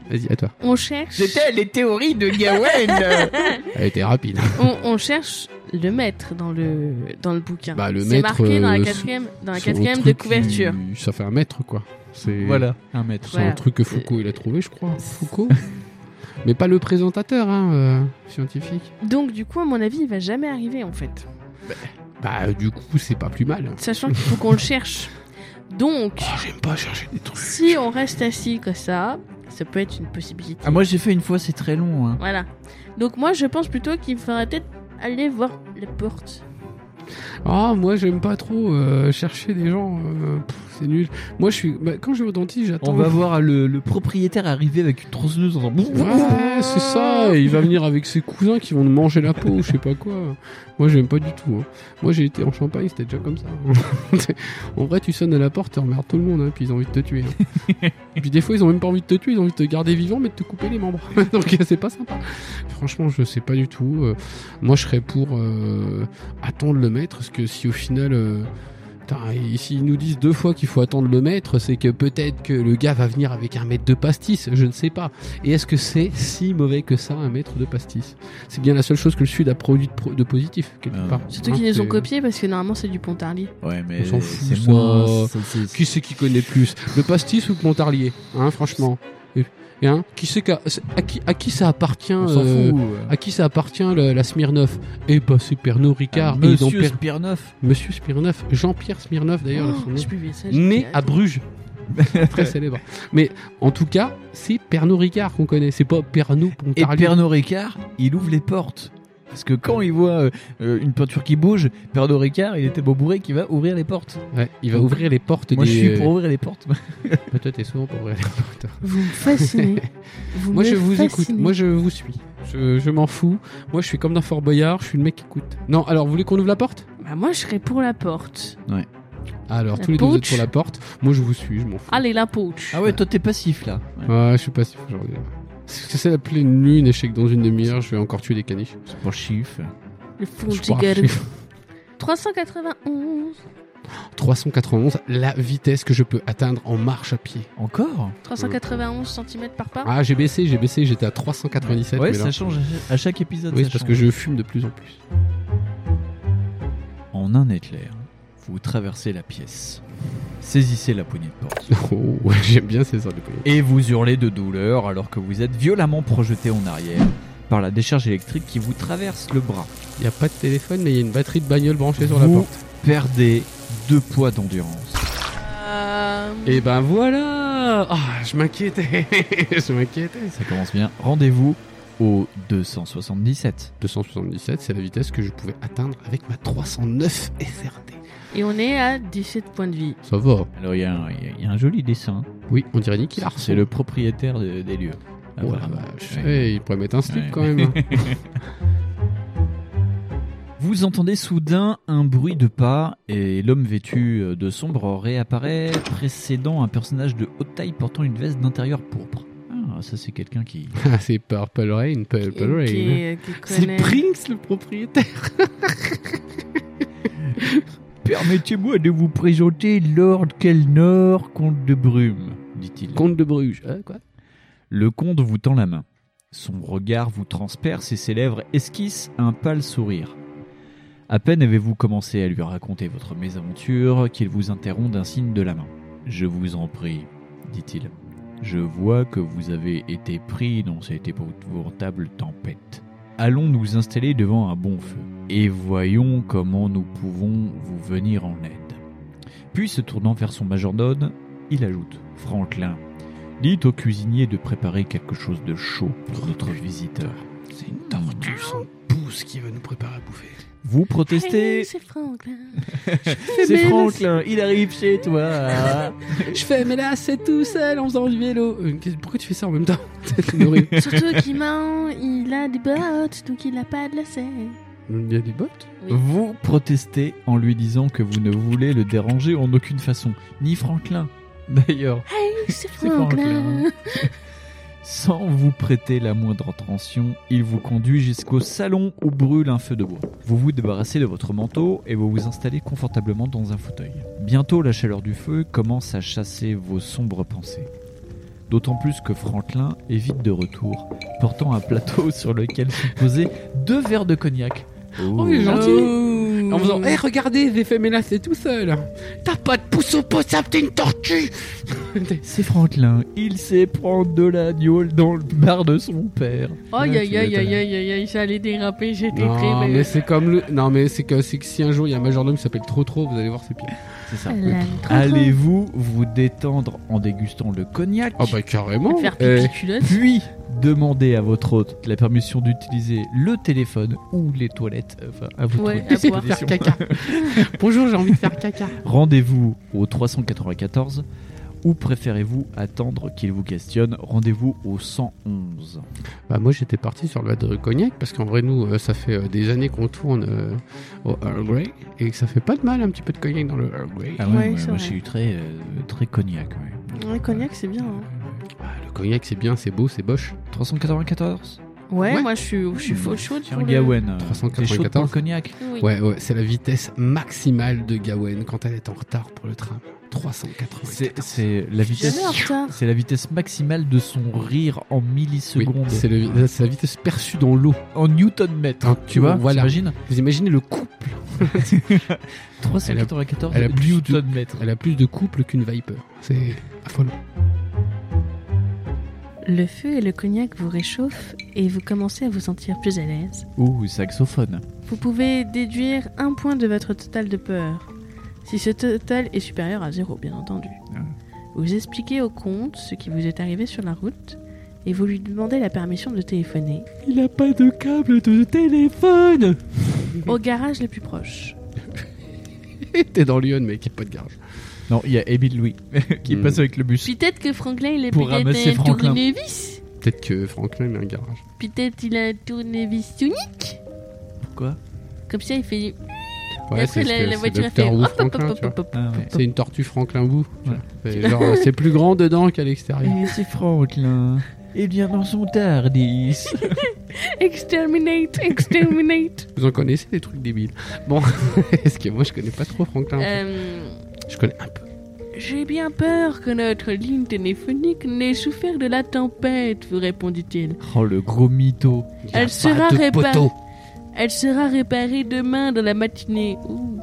S3: Vas-y, à toi.
S4: On cherche,
S5: les théories de Gawain
S3: Elle était rapide.
S4: on, on cherche le maître dans le, dans le bouquin.
S3: Bah, le
S4: C'est
S3: maître,
S4: marqué dans la
S3: euh,
S4: quatrième, dans la
S3: Sur
S4: quatrième
S3: un
S4: de
S3: truc
S4: couverture.
S3: qui- Ça fait un mètre, quoi. C'est
S5: Voilà, un mètre.
S3: c'est
S4: Voilà.
S3: un truc que Foucault il a trouvé, je crois. Foucault Mais pas le présentateur, hein, euh, scientifique.
S4: Donc du coup, à mon avis, il va jamais arriver en fait.
S3: Bah, euh, du coup, c'est pas plus mal.
S4: Sachant qu'il faut qu'on le cherche. Donc,
S3: Oh, j'aime pas chercher des trucs.
S4: si on reste assis comme ça, ça peut être une possibilité.
S5: Ah, moi, j'ai fait une fois, c'est très long. Hein.
S4: Voilà. Donc moi, je pense plutôt qu'il faudrait peut-être aller voir les portes.
S3: Ah, moi, j'aime pas trop euh, chercher des gens. euh, pff, c'est nul. Moi, je suis. bah, quand je vais au dentiste, j'attends.
S5: On va voir le, le propriétaire arriver avec une tronçonneuse en
S3: Ouais, c'est ça. Et il va venir avec ses cousins qui vont nous manger la peau, je sais pas quoi. Moi, j'aime pas du tout. hein. Moi, j'ai été en Champagne, c'était déjà comme ça. hein. en vrai, tu sonnes à la porte, tu emmerdes tout le monde, hein, puis ils ont envie de te tuer. hein. Et puis des fois, ils ont même pas envie de te tuer, ils ont envie de te garder vivant, mais de te couper les membres. Donc, c'est pas sympa. Franchement, je sais pas du tout. Euh, moi, je serais pour euh, attendre le maître, parce que si au final. euh, Putain, et s'ils nous disent deux fois qu'il faut attendre le maître, c'est que peut-être que le gars va venir avec un mètre de pastis, je ne sais pas. Et est-ce que c'est si mauvais que ça, un mètre de pastis C'est bien la seule chose que le Sud a produit de, pro- de positif, quelque
S5: Ah.
S3: part.
S4: Surtout
S3: Hein,
S4: qu'ils les ont
S3: c'est-
S4: copiés parce que normalement c'est du Pontarlier.
S5: Ouais, mais
S3: On s'en fout,
S5: c'est
S3: ça.
S5: moins. c'est- c'est-
S3: Qui c'est qui connaît plus Le pastis ou le Montarlier Hein, franchement Et- et hein, qui c'est qu'a- c'est- à, qui, à qui ça appartient
S5: On s'en
S3: euh,
S5: fout.
S3: À qui ça appartient le- la Smirnoff Eh bah c'est Pernod Ricard. et ils ont
S5: Ah, Monsieur
S3: per-
S5: Spirnoff.
S3: Monsieur Smirnoff, Jean-Pierre Smirnoff d'ailleurs.
S4: Oh,
S3: son nom.
S4: j'ai publié ça, j'ai
S3: né
S4: dit,
S3: à Bruges. Très célèbre. Mais en tout cas, c'est Pernod Ricard qu'on connaît. C'est pas Pernod
S5: Et
S3: Pontarlier.
S5: Pernod Ricard, il ouvre les portes. Parce que quand il voit euh, euh, une peinture qui bouge, Pernod Ricard, il était beau bourré qui va ouvrir les portes.
S3: Ouais, il va ouvrir les portes
S5: Moi,
S3: des. euh,
S5: je suis pour ouvrir les portes.
S3: Bah, toi, t'es souvent pour ouvrir les portes.
S4: Vous me fascinez. Vous
S3: Moi
S4: me
S3: je vous écoute,
S4: fascinez.
S3: moi je vous suis. Je, je m'en fous. Moi je suis comme dans Fort Boyard, je suis le mec qui écoute. Non, alors vous voulez qu'on ouvre la porte
S4: Bah, moi je serais pour la porte.
S3: Alors
S4: La
S3: tous les deux vous êtes
S4: pouche.
S3: pour la porte. Moi je vous suis, je m'en fous.
S4: Allez la pouche.
S5: Ah ouais, toi, t'es passif là. Ouais.
S3: Ouais, je suis passif aujourd'hui. C'est c'est la pleine lune, échec dans une demi-heure, je vais encore tuer des caniches.
S5: C'est pour chiffre.
S4: Le fond
S3: Je
S4: du
S3: crois.
S4: gare. 391.
S3: 391, la vitesse que je peux atteindre en marche à pied.
S5: Encore
S4: 391 cm par pas.
S3: Ah, j'ai baissé, j'ai baissé, j'étais à 397.
S5: Ouais,
S3: mais là-
S5: ça change à chaque- à chaque épisode.
S3: Oui,
S5: ça
S3: c'est parce
S5: change.
S3: que je fume de plus en plus.
S5: En un éclair, vous traversez la pièce. Saisissez la poignée de porte.
S3: Oh, ouais, j'aime bien ces heures de paillettes.
S5: Et vous hurlez de douleur alors que vous êtes violemment projeté en arrière par la décharge électrique qui vous traverse le bras.
S3: Il n'y a pas de téléphone, mais il y a une batterie de bagnole branchée sur la
S5: Vous-
S3: porte.
S5: Perdez deux poids d'endurance.
S4: Euh,
S3: Et ben voilà Ah, je m'inquiétais Je m'inquiétais
S5: Ça commence bien. Rendez-vous au 277.
S3: 277, c'est la vitesse que je pouvais atteindre avec ma 309 SRT.
S4: Et on est à 17 points de vie.
S3: Ça va.
S5: Alors il y, a un- il y a- il y a un joli dessin.
S3: Oui, on dirait Nicky Larson.
S5: C'est le propriétaire de- des lieux. Ah,
S3: Oh la
S5: voilà.
S3: vache.
S5: Ouais.
S3: Eh, il pourrait mettre un slip
S5: Ouais.
S3: quand même. hein.
S5: Vous entendez soudain un bruit de pas et l'homme vêtu euh, de sombre réapparaît, précédant un personnage de haute taille portant une veste d'intérieur pourpre. Ah, ça c'est quelqu'un qui.
S3: Ah, c'est Purple Rain, Purple Rain.
S4: Qui est- qui
S3: C'est
S4: connaît-
S3: Prince le propriétaire.
S5: Permettez-moi de vous présenter Lord Kelnor, comte de Brume, dit-il.
S3: Comte de Bruges. Hein, quoi
S5: Le comte vous tend la main. Son regard vous transperce et ses lèvres esquissent un pâle sourire. À peine avez-vous commencé à lui raconter votre mésaventure qu'il vous interrompt d'un signe de la main. Je vous en prie, dit-il. Je vois que vous avez été pris dans cette épouvantable tempête. Allons nous installer devant un bon feu et voyons comment nous pouvons vous venir en aide. Puis, se tournant vers son majordome, il ajoute Franklin, Dites au cuisinier de préparer quelque chose de chaud pour notre visiteur.
S3: Oh, C'est une hein. tortue sans pouce qui va nous préparer à bouffer.
S5: Vous
S4: Hey,
S5: protestez
S4: C'est Franklin.
S5: C'est Franklin, il arrive chez toi.
S3: Je fais, mais là, c'est tout seul en faisant du vélo. Euh, qu'est- Pourquoi tu fais ça en même temps C'est horrible.
S4: Surtout qu'il ment, il a des bottes, donc il a pas de lacets.
S3: Il y a des bottes
S5: vous protestez en lui disant que vous ne voulez le déranger en aucune façon, ni Franklin d'ailleurs,
S4: Hey, c'est
S5: C'est Franklin.
S4: Franklin.
S5: hein. Sans vous prêter la moindre attention, il vous conduit jusqu'au salon où brûle un feu de bois. Vous vous débarrassez de votre manteau et vous vous installez confortablement dans un fauteuil. Bientôt, la chaleur du feu commence à chasser vos sombres pensées. D'autant plus que Franklin est vite de retour, portant un plateau sur lequel sont posés deux verres de cognac.
S3: Oh, il est gentil.
S4: Oh.
S3: En faisant, hé, regardez, j'ai fait, mais là, c'est tout seul. T'as pas de pouce au potable, t'es une tortue
S5: C'est Franklin, il sait prendre de la gnôle dans le bar de son père.
S4: Aïe,
S5: Là, tu
S4: aïe, aïe,
S5: vas
S4: aïe,
S5: te-
S4: aïe, aïe, aïe, j'allais déraper, j'étais très
S3: Non, mais
S4: belle.
S3: c'est comme le. Non, mais c'est que, c'est que si un jour il y a un majordome qui s'appelle Trop Trop, vous allez voir, c'est pire.
S5: C'est ça.
S4: Là, trop
S5: Allez-vous vous détendre en dégustant le cognac
S3: Ah, bah, carrément.
S4: cool. Faire
S3: Eh,
S5: euh,
S4: pipi culotte.
S5: Puis demandez à votre hôte la permission d'utiliser le téléphone ou les toilettes, euh, enfin à votre
S4: Ouais, à
S5: disposition.
S4: boire.
S3: faire caca. Bonjour, j'ai envie de faire caca.
S5: Rendez-vous au 394 ou préférez-vous attendre qu'il vous questionne Rendez-vous au 111.
S3: Bah, moi j'étais parti sur le Val de Cognac parce qu'en vrai nous euh, ça fait euh, des années qu'on tourne euh, au Earl Grey et que ça fait pas de mal un petit peu de Cognac dans le Earl Grey.
S5: Ah
S4: ouais, Ouais, ouais, c'est moi,
S5: moi
S4: vrai.
S5: j'ai
S4: j'ai
S5: eu très, euh, très cognac.
S4: Ouais, cognac, c'est bien. hein.
S3: Ah, le Cognac c'est bien, c'est beau, c'est boche.
S5: 394
S4: Ouais,
S3: Ouais.
S4: moi, je suis, je suis faux chaude.
S5: Tiens,
S4: pour le-
S5: Gawen, t'es
S3: 394.
S5: chaud pour le cognac
S4: Oui.
S3: Ouais ouais, c'est la vitesse maximale de Gawain quand elle est en retard pour le tram. 380.
S5: C'est c'est la vitesse...
S4: Jamais en retard.
S5: C'est la vitesse maximale de son rire en
S3: Oui,
S5: millisecondes.
S3: c'est le- c'est la vitesse perçue dans l'eau.
S5: en newton mètre.
S3: Ah,
S5: Hein, tu vois,
S3: voilà.
S5: t'imagines
S3: Vous imaginez le couple
S5: 394
S3: elle a plus de-
S5: newton mètre.
S3: Elle a plus de couple qu'une Viper. C'est affolant.
S4: Le feu et le cognac vous réchauffent et vous commencez à vous sentir plus à l'aise.
S5: Ouh, saxophone.
S4: Vous pouvez déduire un point de votre total de peur, si ce total est supérieur à zéro, bien entendu.
S5: Ah.
S4: Vous expliquez au comte ce qui vous est arrivé sur la route et vous lui demandez la permission de téléphoner
S3: Il a pas de câble de téléphone.
S5: Mhm.
S4: au garage le plus proche.
S3: T'es dans Lyon mec, y a pas de garage.
S5: Non, il y a Émile Louis qui
S3: Hmm.
S5: passe avec le bus.
S4: Peut-être que Franklin il a
S5: Pour
S4: peut-être
S5: ramasser
S4: un
S5: Franklin.
S4: tournevis.
S3: Peut-être que Franklin a un garage.
S4: Peut-être il a un tournevis unique.
S5: Pourquoi
S4: Comme ça il fait.
S3: Ouais,
S4: et
S3: c'est
S4: après
S3: ce
S4: la,
S3: que-
S4: la
S3: c'est
S4: voiture
S3: Docteur
S4: fait.
S3: Who
S4: hop, hop,
S3: Franklin,
S4: hop,
S3: tu vois.
S4: hop, hop.
S5: ah, ouais.
S3: C'est une tortue Franklin Bou. tu vois.
S5: Ouais.
S3: C'est genre, euh, c'est plus grand dedans qu'à l'extérieur.
S5: Et c'est Franklin. Et Eh bien dans son tardis.
S4: Exterminate, exterminate.
S3: Vous en connaissez des trucs débiles. Bon, est-ce que moi je connais pas trop Franklin en fait.
S4: Euh,
S3: Je connais un peu.
S4: J'ai bien peur que notre ligne téléphonique n'ait souffert de la tempête, vous répondit-il.
S5: oh, le gros mytho.
S3: Y a
S4: Elle
S3: pas
S4: sera
S3: de
S4: réparée.
S3: poteau.
S4: Elle sera réparée demain dans la matinée. Ouh.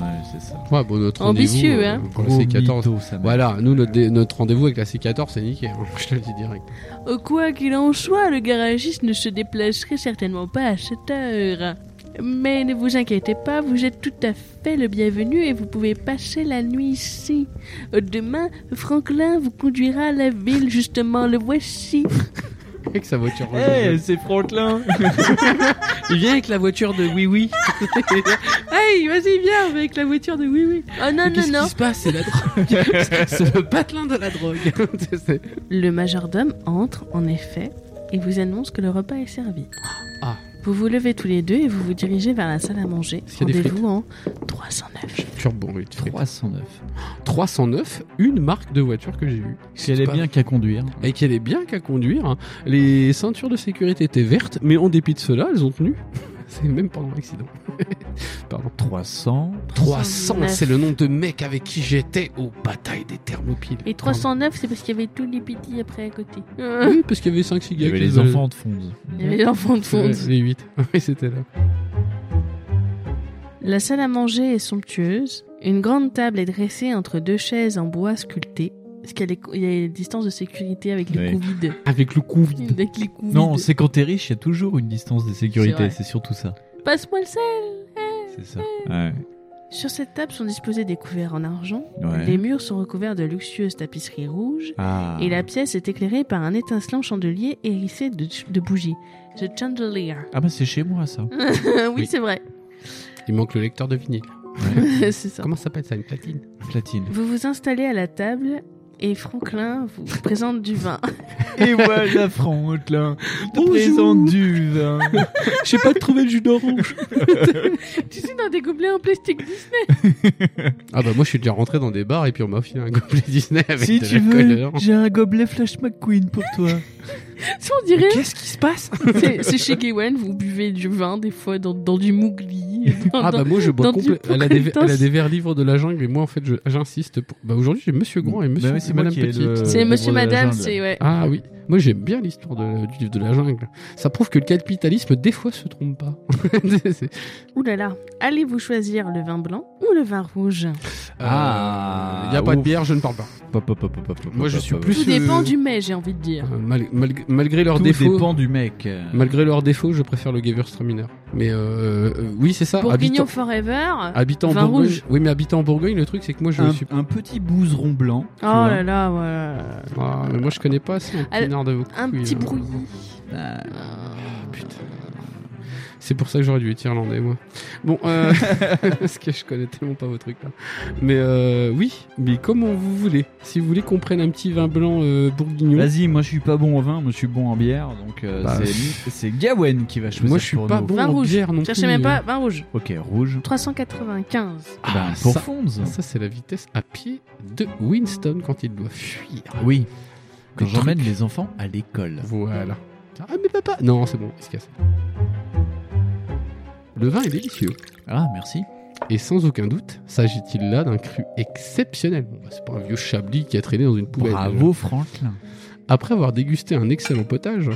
S5: Ouais, c'est ça.
S3: Ouais, bon, notre
S4: Ambitieux,
S3: rendez-vous, euh,
S4: hein.
S3: Pour le
S5: Gros
S3: C14.
S5: mytho, ça m'a-
S3: Voilà, nous, notre, dé- notre rendez-vous avec la C14, c'est niqué. hein. Je te le dis direct.
S4: Euh, Quoi qu'il en soit, le garagiste ne se déplacerait certainement pas à cette heure. Mais ne vous inquiétez pas, vous êtes tout à fait le bienvenu et vous pouvez passer la nuit ici. Euh, Demain, Franklin vous conduira à la ville, justement, le voici.
S3: Avec sa voiture
S5: Eh,
S3: rouge et jaune.
S5: c'est Franklin
S3: Il vient avec la voiture de Oui Oui.
S4: Hey, vas-y, viens avec la voiture de oui, oui. Oh non,
S3: Mais Qu'est-ce
S4: non, non.
S3: qui se passe C'est la drogue. c'est le patelin de la drogue. C'est- c'est-
S4: Le majordome entre, en effet, et vous annonce que le repas est servi.
S3: Ah.
S4: Vous vous levez tous les deux et vous vous dirigez vers la salle à manger.
S3: Est-ce qu'il y a des
S4: Rendez-vous en 309.
S3: Turbo Rite.
S5: 309.
S3: 309, une marque de voiture que j'ai eue.
S5: Si elle est
S3: Pas-
S5: bien qu'à conduire.
S3: Et qu'elle est bien qu'à conduire. hein. Les ceintures de sécurité étaient vertes, mais en dépit de cela, elles ont tenu. C'est même pas un accident. Pardon.
S5: 300.
S3: 300, c'est le nom de mec avec qui j'étais aux batailles des thermopiles.
S4: Et 309, c'est parce qu'il y avait tous les petits après à côté.
S3: Oui, parce qu'il y avait 5
S5: Il y
S3: cigarettes.
S5: avait les enfants de fond.
S4: Il y avait les enfants de fond.
S3: Les 8. Oui, c'était là.
S4: La salle à manger est somptueuse. Une grande table est dressée entre deux chaises en bois sculpté. Parce qu'il y a les cou- il y a les distances de sécurité avec les
S5: Oui.
S4: Covid.
S3: Avec le coup vide.
S4: Avec les Covid.
S5: Non, c'est quand t'es riche, il y a toujours une distance de
S4: C'est
S5: sécurité.
S4: vrai.
S5: C'est surtout ça.
S4: Passe-moi le sel
S5: C'est ça. Ouais.
S4: Sur cette table sont disposés des couverts en argent.
S5: Ouais.
S4: Les murs sont recouverts de luxueuses tapisseries rouges.
S5: Ah.
S4: Et la pièce est éclairée par un étincelant chandelier hérissé de, de bougies. The chandelier.
S5: Ah bah c'est chez moi ça.
S4: oui,
S3: Oui.
S4: c'est vrai.
S3: Il manque le lecteur de vinyle.
S4: c'est ça.
S3: Comment ça s'appelle ça Une platine
S5: Platine.
S4: Vous vous installez à la table et Franklin vous présente du vin.
S5: Et voilà Franklin. Il te
S3: Bonjour.
S5: présente du vin.
S3: J'ai pas trouvé le jus d'orange.
S4: tu sais, dans des gobelets en plastique Disney.
S3: Ah bah moi je suis déjà rentré dans des bars et puis on m'a offert un gobelet Disney avec
S5: si
S3: de
S5: tu
S3: l'alcool
S5: veux,
S3: dedans.
S5: j'ai un gobelet Flash McQueen pour toi.
S4: Ça, on dirait.
S3: Qu'est-ce qui se passe
S4: C'est c'est chez Gawain, vous buvez du vin des fois dans, dans du mougli. dans-
S3: Ah bah
S4: dans-
S3: moi je bois
S4: dans du
S3: complet. Elle, a des-
S4: Pocahontas.
S3: elle a des verts livres de la jungle mais moi en fait je- j'insiste. Pour... Bah aujourd'hui j'ai Monsieur Grand et Monsieur
S5: Bah oui, c'est moi
S3: Madame
S5: qui ai
S3: Petite.
S5: le-
S4: C'est
S5: euh,
S4: monsieur,
S5: livre de la
S4: madame,
S5: jungle.
S4: c'est ouais.
S3: Ah oui, moi j'aime bien l'histoire de- du livre de la jungle. Ça prouve que le capitalisme des fois se trompe pas. C'est- euh, c'est-
S4: Ouh là là. Allez-vous choisir le vin blanc ou le vin rouge
S5: Ah,
S3: Euh, y a pas de
S5: ouf.
S3: bière, je ne parle pas.
S5: Pop, pop, pop, pop, pop,
S3: Moi, je
S5: pop,
S3: suis
S5: pop.
S3: plus-
S4: Tout dépend
S3: euh,
S4: du mets, j'ai envie de dire.
S3: Euh, mal- mal- malgré leurs
S5: Tout
S3: défauts.
S5: dépend du mec.
S3: Malgré leurs défauts, je préfère le Gewürztraminer. Mais euh, euh, oui, c'est ça.
S4: Bourguignon
S3: Habitant,
S4: Forever. Oh
S3: habitant en
S4: vin
S3: Bourgogne.
S4: rouge.
S3: Oui, mais habitant en Bourgogne, le truc c'est que moi je
S5: un,
S3: suis.
S5: un petit bouseron blanc. tu
S4: Oh
S5: vois.
S4: là là, voilà.
S3: Ah, mais moi je connais pas assez un
S4: Alors,
S3: pinard de vos
S4: Un
S3: couilles,
S4: petit
S3: hein.
S4: brouillis.
S5: Ah,
S3: Putain. C'est pour ça que j'aurais dû être irlandais, moi. Bon, euh, parce que je connais tellement pas vos trucs là. Mais euh, oui, mais comment vous voulez. Si vous voulez qu'on prenne un petit vin blanc euh, bourguignon,
S5: Vas-y, moi je suis pas bon en vin, moi je suis bon en bière, donc euh,
S3: Bah,
S5: c'est-
S3: pff.
S5: c'est Gawen qui va choisir
S3: moi je suis
S5: pour
S3: pas
S5: nous.
S3: bon
S4: Vin
S3: en
S4: rouge.
S3: bière non
S4: Cherchez
S3: plus,
S4: même
S3: hein.
S4: pas, vin rouge.
S5: Ok, rouge.
S4: 395.
S3: Ah,
S5: ben, pour
S3: ça-
S5: Fonz.
S3: Ça, c'est la vitesse à pied de Winston quand il doit fuir.
S5: Oui. Quand
S3: Des
S5: j'emmène les enfants à l'école.
S3: Voilà. Ah, mais papa Non, c'est bon, il se casse. Le vin est délicieux.
S5: Ah, merci.
S3: Et sans aucun doute, s'agit-il là d'un cru exceptionnel. Bon, bah, c'est pas un vieux chablis qui a traîné dans une poubelle.
S5: Bravo, Franklin.
S3: Après avoir dégusté un excellent potage,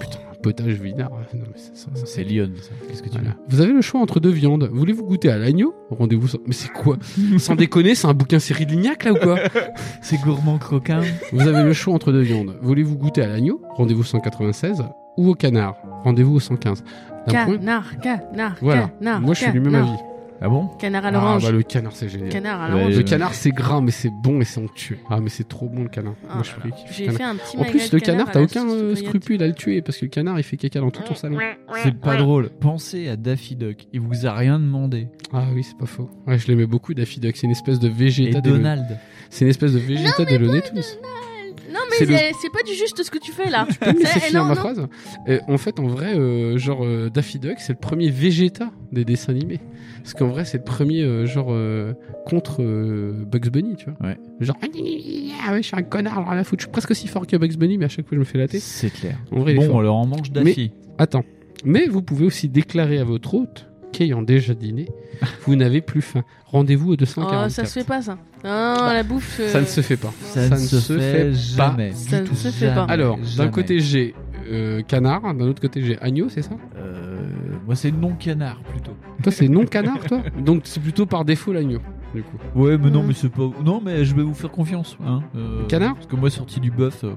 S3: putain, un potage vinard, euh, non, mais ça- ça- ça-
S5: C'est Lyon, ça. Qu'est-ce que tu
S3: voilà. Vous avez le choix entre deux viandes. Voulez-vous goûter à l'agneau Rendez-vous. sans- Mais c'est quoi Sans déconner, c'est un bouquin série de Lignac là ou quoi
S5: veux C'est gourmand croquin.
S3: Vous avez le choix entre deux viandes. Voulez-vous goûter à l'agneau Rendez-vous au 196 ou au canard Rendez-vous au 115. D'un point-
S4: Canard, canard,
S3: Voilà.
S4: canard.
S3: Moi, je suis du même
S4: canard.
S3: avis.
S5: Ah bon
S4: Canard à
S3: Ah,
S4: l'orange.
S3: bah, le canard, c'est génial.
S4: Canard à
S5: Ouais,
S4: l'orange.
S3: bah, Le
S5: Euh,
S3: canard, c'est gras, mais c'est bon et c'est onctueux. Ah, mais c'est trop bon le canard.
S4: Ah
S3: Moi, je
S4: là
S3: suis
S4: là.
S3: qui kiffe le
S4: J'ai
S3: canard.
S4: fait un petit
S3: En plus,
S4: magret de
S3: le canard,
S4: à
S3: t'as
S4: la
S3: aucun
S4: sauce
S3: euh,
S4: tomate.
S3: scrupule à le tuer parce que le canard, il fait caca dans tout ton salon.
S5: C'est pas drôle. Pensez à Daffy Duck. Il vous a rien demandé.
S3: Ah oui, c'est pas faux. Ouais, je l'aimais beaucoup, Daffy Duck. C'est une espèce de
S5: Et
S3: végéta délo-
S5: Donald.
S3: C'est une espèce de végéta déloné tous.
S4: Non,
S3: C'est
S4: mais
S3: le-
S4: c'est c'est pas du juste ce que tu fais là.
S3: Peux me
S4: Eh,
S3: laisser
S4: eh,
S3: finir
S4: non,
S3: hein, ma
S4: non.
S3: phrase Euh, En fait, en vrai, euh, genre euh, Daffy Duck, c'est le premier Vegeta des dessins animés. Parce qu'en vrai, c'est le premier euh, genre euh, contre euh, Bugs Bunny, tu vois.
S5: Ouais.
S3: Genre, ah ouais, je suis un connard, j'en ai rien à foutre. Je suis presque aussi fort que Bugs Bunny, mais à chaque fois, je me fais latter.
S5: C'est clair.
S3: En vrai, il est
S5: Bon,
S3: fort.
S5: alors on mange Daffy.
S3: Attends. Mais vous pouvez aussi déclarer à votre hôte qu'ayant déjà dîné, vous n'avez plus faim. Rendez-vous au
S4: Oh,
S3: 244.
S4: ça se fait pas ça. Non, la bouffe. euh,
S3: Bah, Ça ne se fait pas.
S5: Ça, ne se, fait,
S3: pas.
S5: jamais.
S4: Ça
S5: Du
S4: ne
S5: tout.
S4: se fait pas.
S5: Jamais,
S3: Alors, d'un
S5: jamais.
S3: côté j'ai euh, canard, d'un autre côté j'ai agneau, c'est ça
S5: Euh, moi, c'est non canard plutôt.
S3: Toi c'est non canard, toi Donc c'est plutôt par défaut l'agneau, du coup.
S5: Ouais, mais non,
S4: Ouais.
S5: mais c'est pas. Non, mais je vais vous faire confiance. Hein. Euh,
S3: Canard
S5: Parce que moi, sorti du bœuf. euh,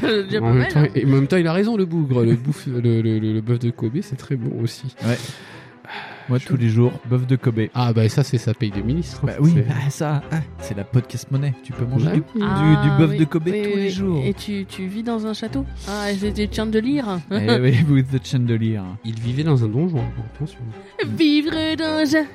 S4: C'est déjà
S3: en,
S4: pas
S3: même
S4: mal,
S3: temps,
S4: hein.
S3: et en même temps, il a raison, le bougre. Le, bouffe- le, le- le- le bœuf de Kobe, c'est très bon aussi.
S5: Ouais. Moi, tous les jours, bœuf de Kobe.
S3: Ah bah ça c'est sa paye de ministre.
S5: Bah oui,
S3: C'est-
S5: bah ça, ah, c'est la podcast monnaie. Tu peux manger
S3: Bah
S5: du,
S3: oui.
S5: du- du bœuf de Kobe
S4: Ah, oui,
S5: tous
S4: oui.
S5: les jours.
S4: Et tu, tu vis dans un château Ah, et c'est des chandeliers
S5: Eh oui, with the chandelier. hein.
S3: Il vivait dans un donjon, hein, attention.
S4: Vivre dans un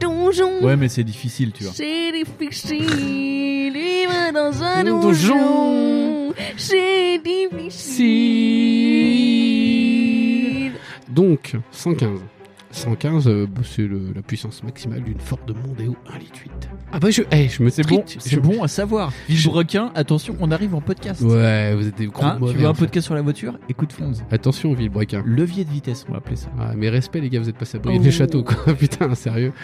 S4: donjon,
S5: Ouais, mais c'est difficile, tu vois.
S4: c'est difficile. Vivre dans un
S3: Un
S4: donjon, c'est difficile.
S3: Donc 115. 115, euh, bah, c'est le- la puissance maximale d'une Ford Mondeo 1.8. Ah bah je, eh, je me
S5: C'est bon,
S3: trite,
S5: c'est
S3: je-
S5: bon à savoir. Vive requin, attention, on arrive en podcast.
S3: Ouais, vous êtes des gros
S5: Hein,
S3: mauvais,
S5: tu veux
S3: en
S5: un
S3: fait.
S5: podcast sur la voiture Écoute Fonz.
S3: Attention Villebrequin.
S5: Levier de vitesse, on va appeler ça.
S3: Ah, mes respects, les gars, vous êtes passés à Brive
S4: Oh.
S3: les Châteaux, quoi. Putain, sérieux.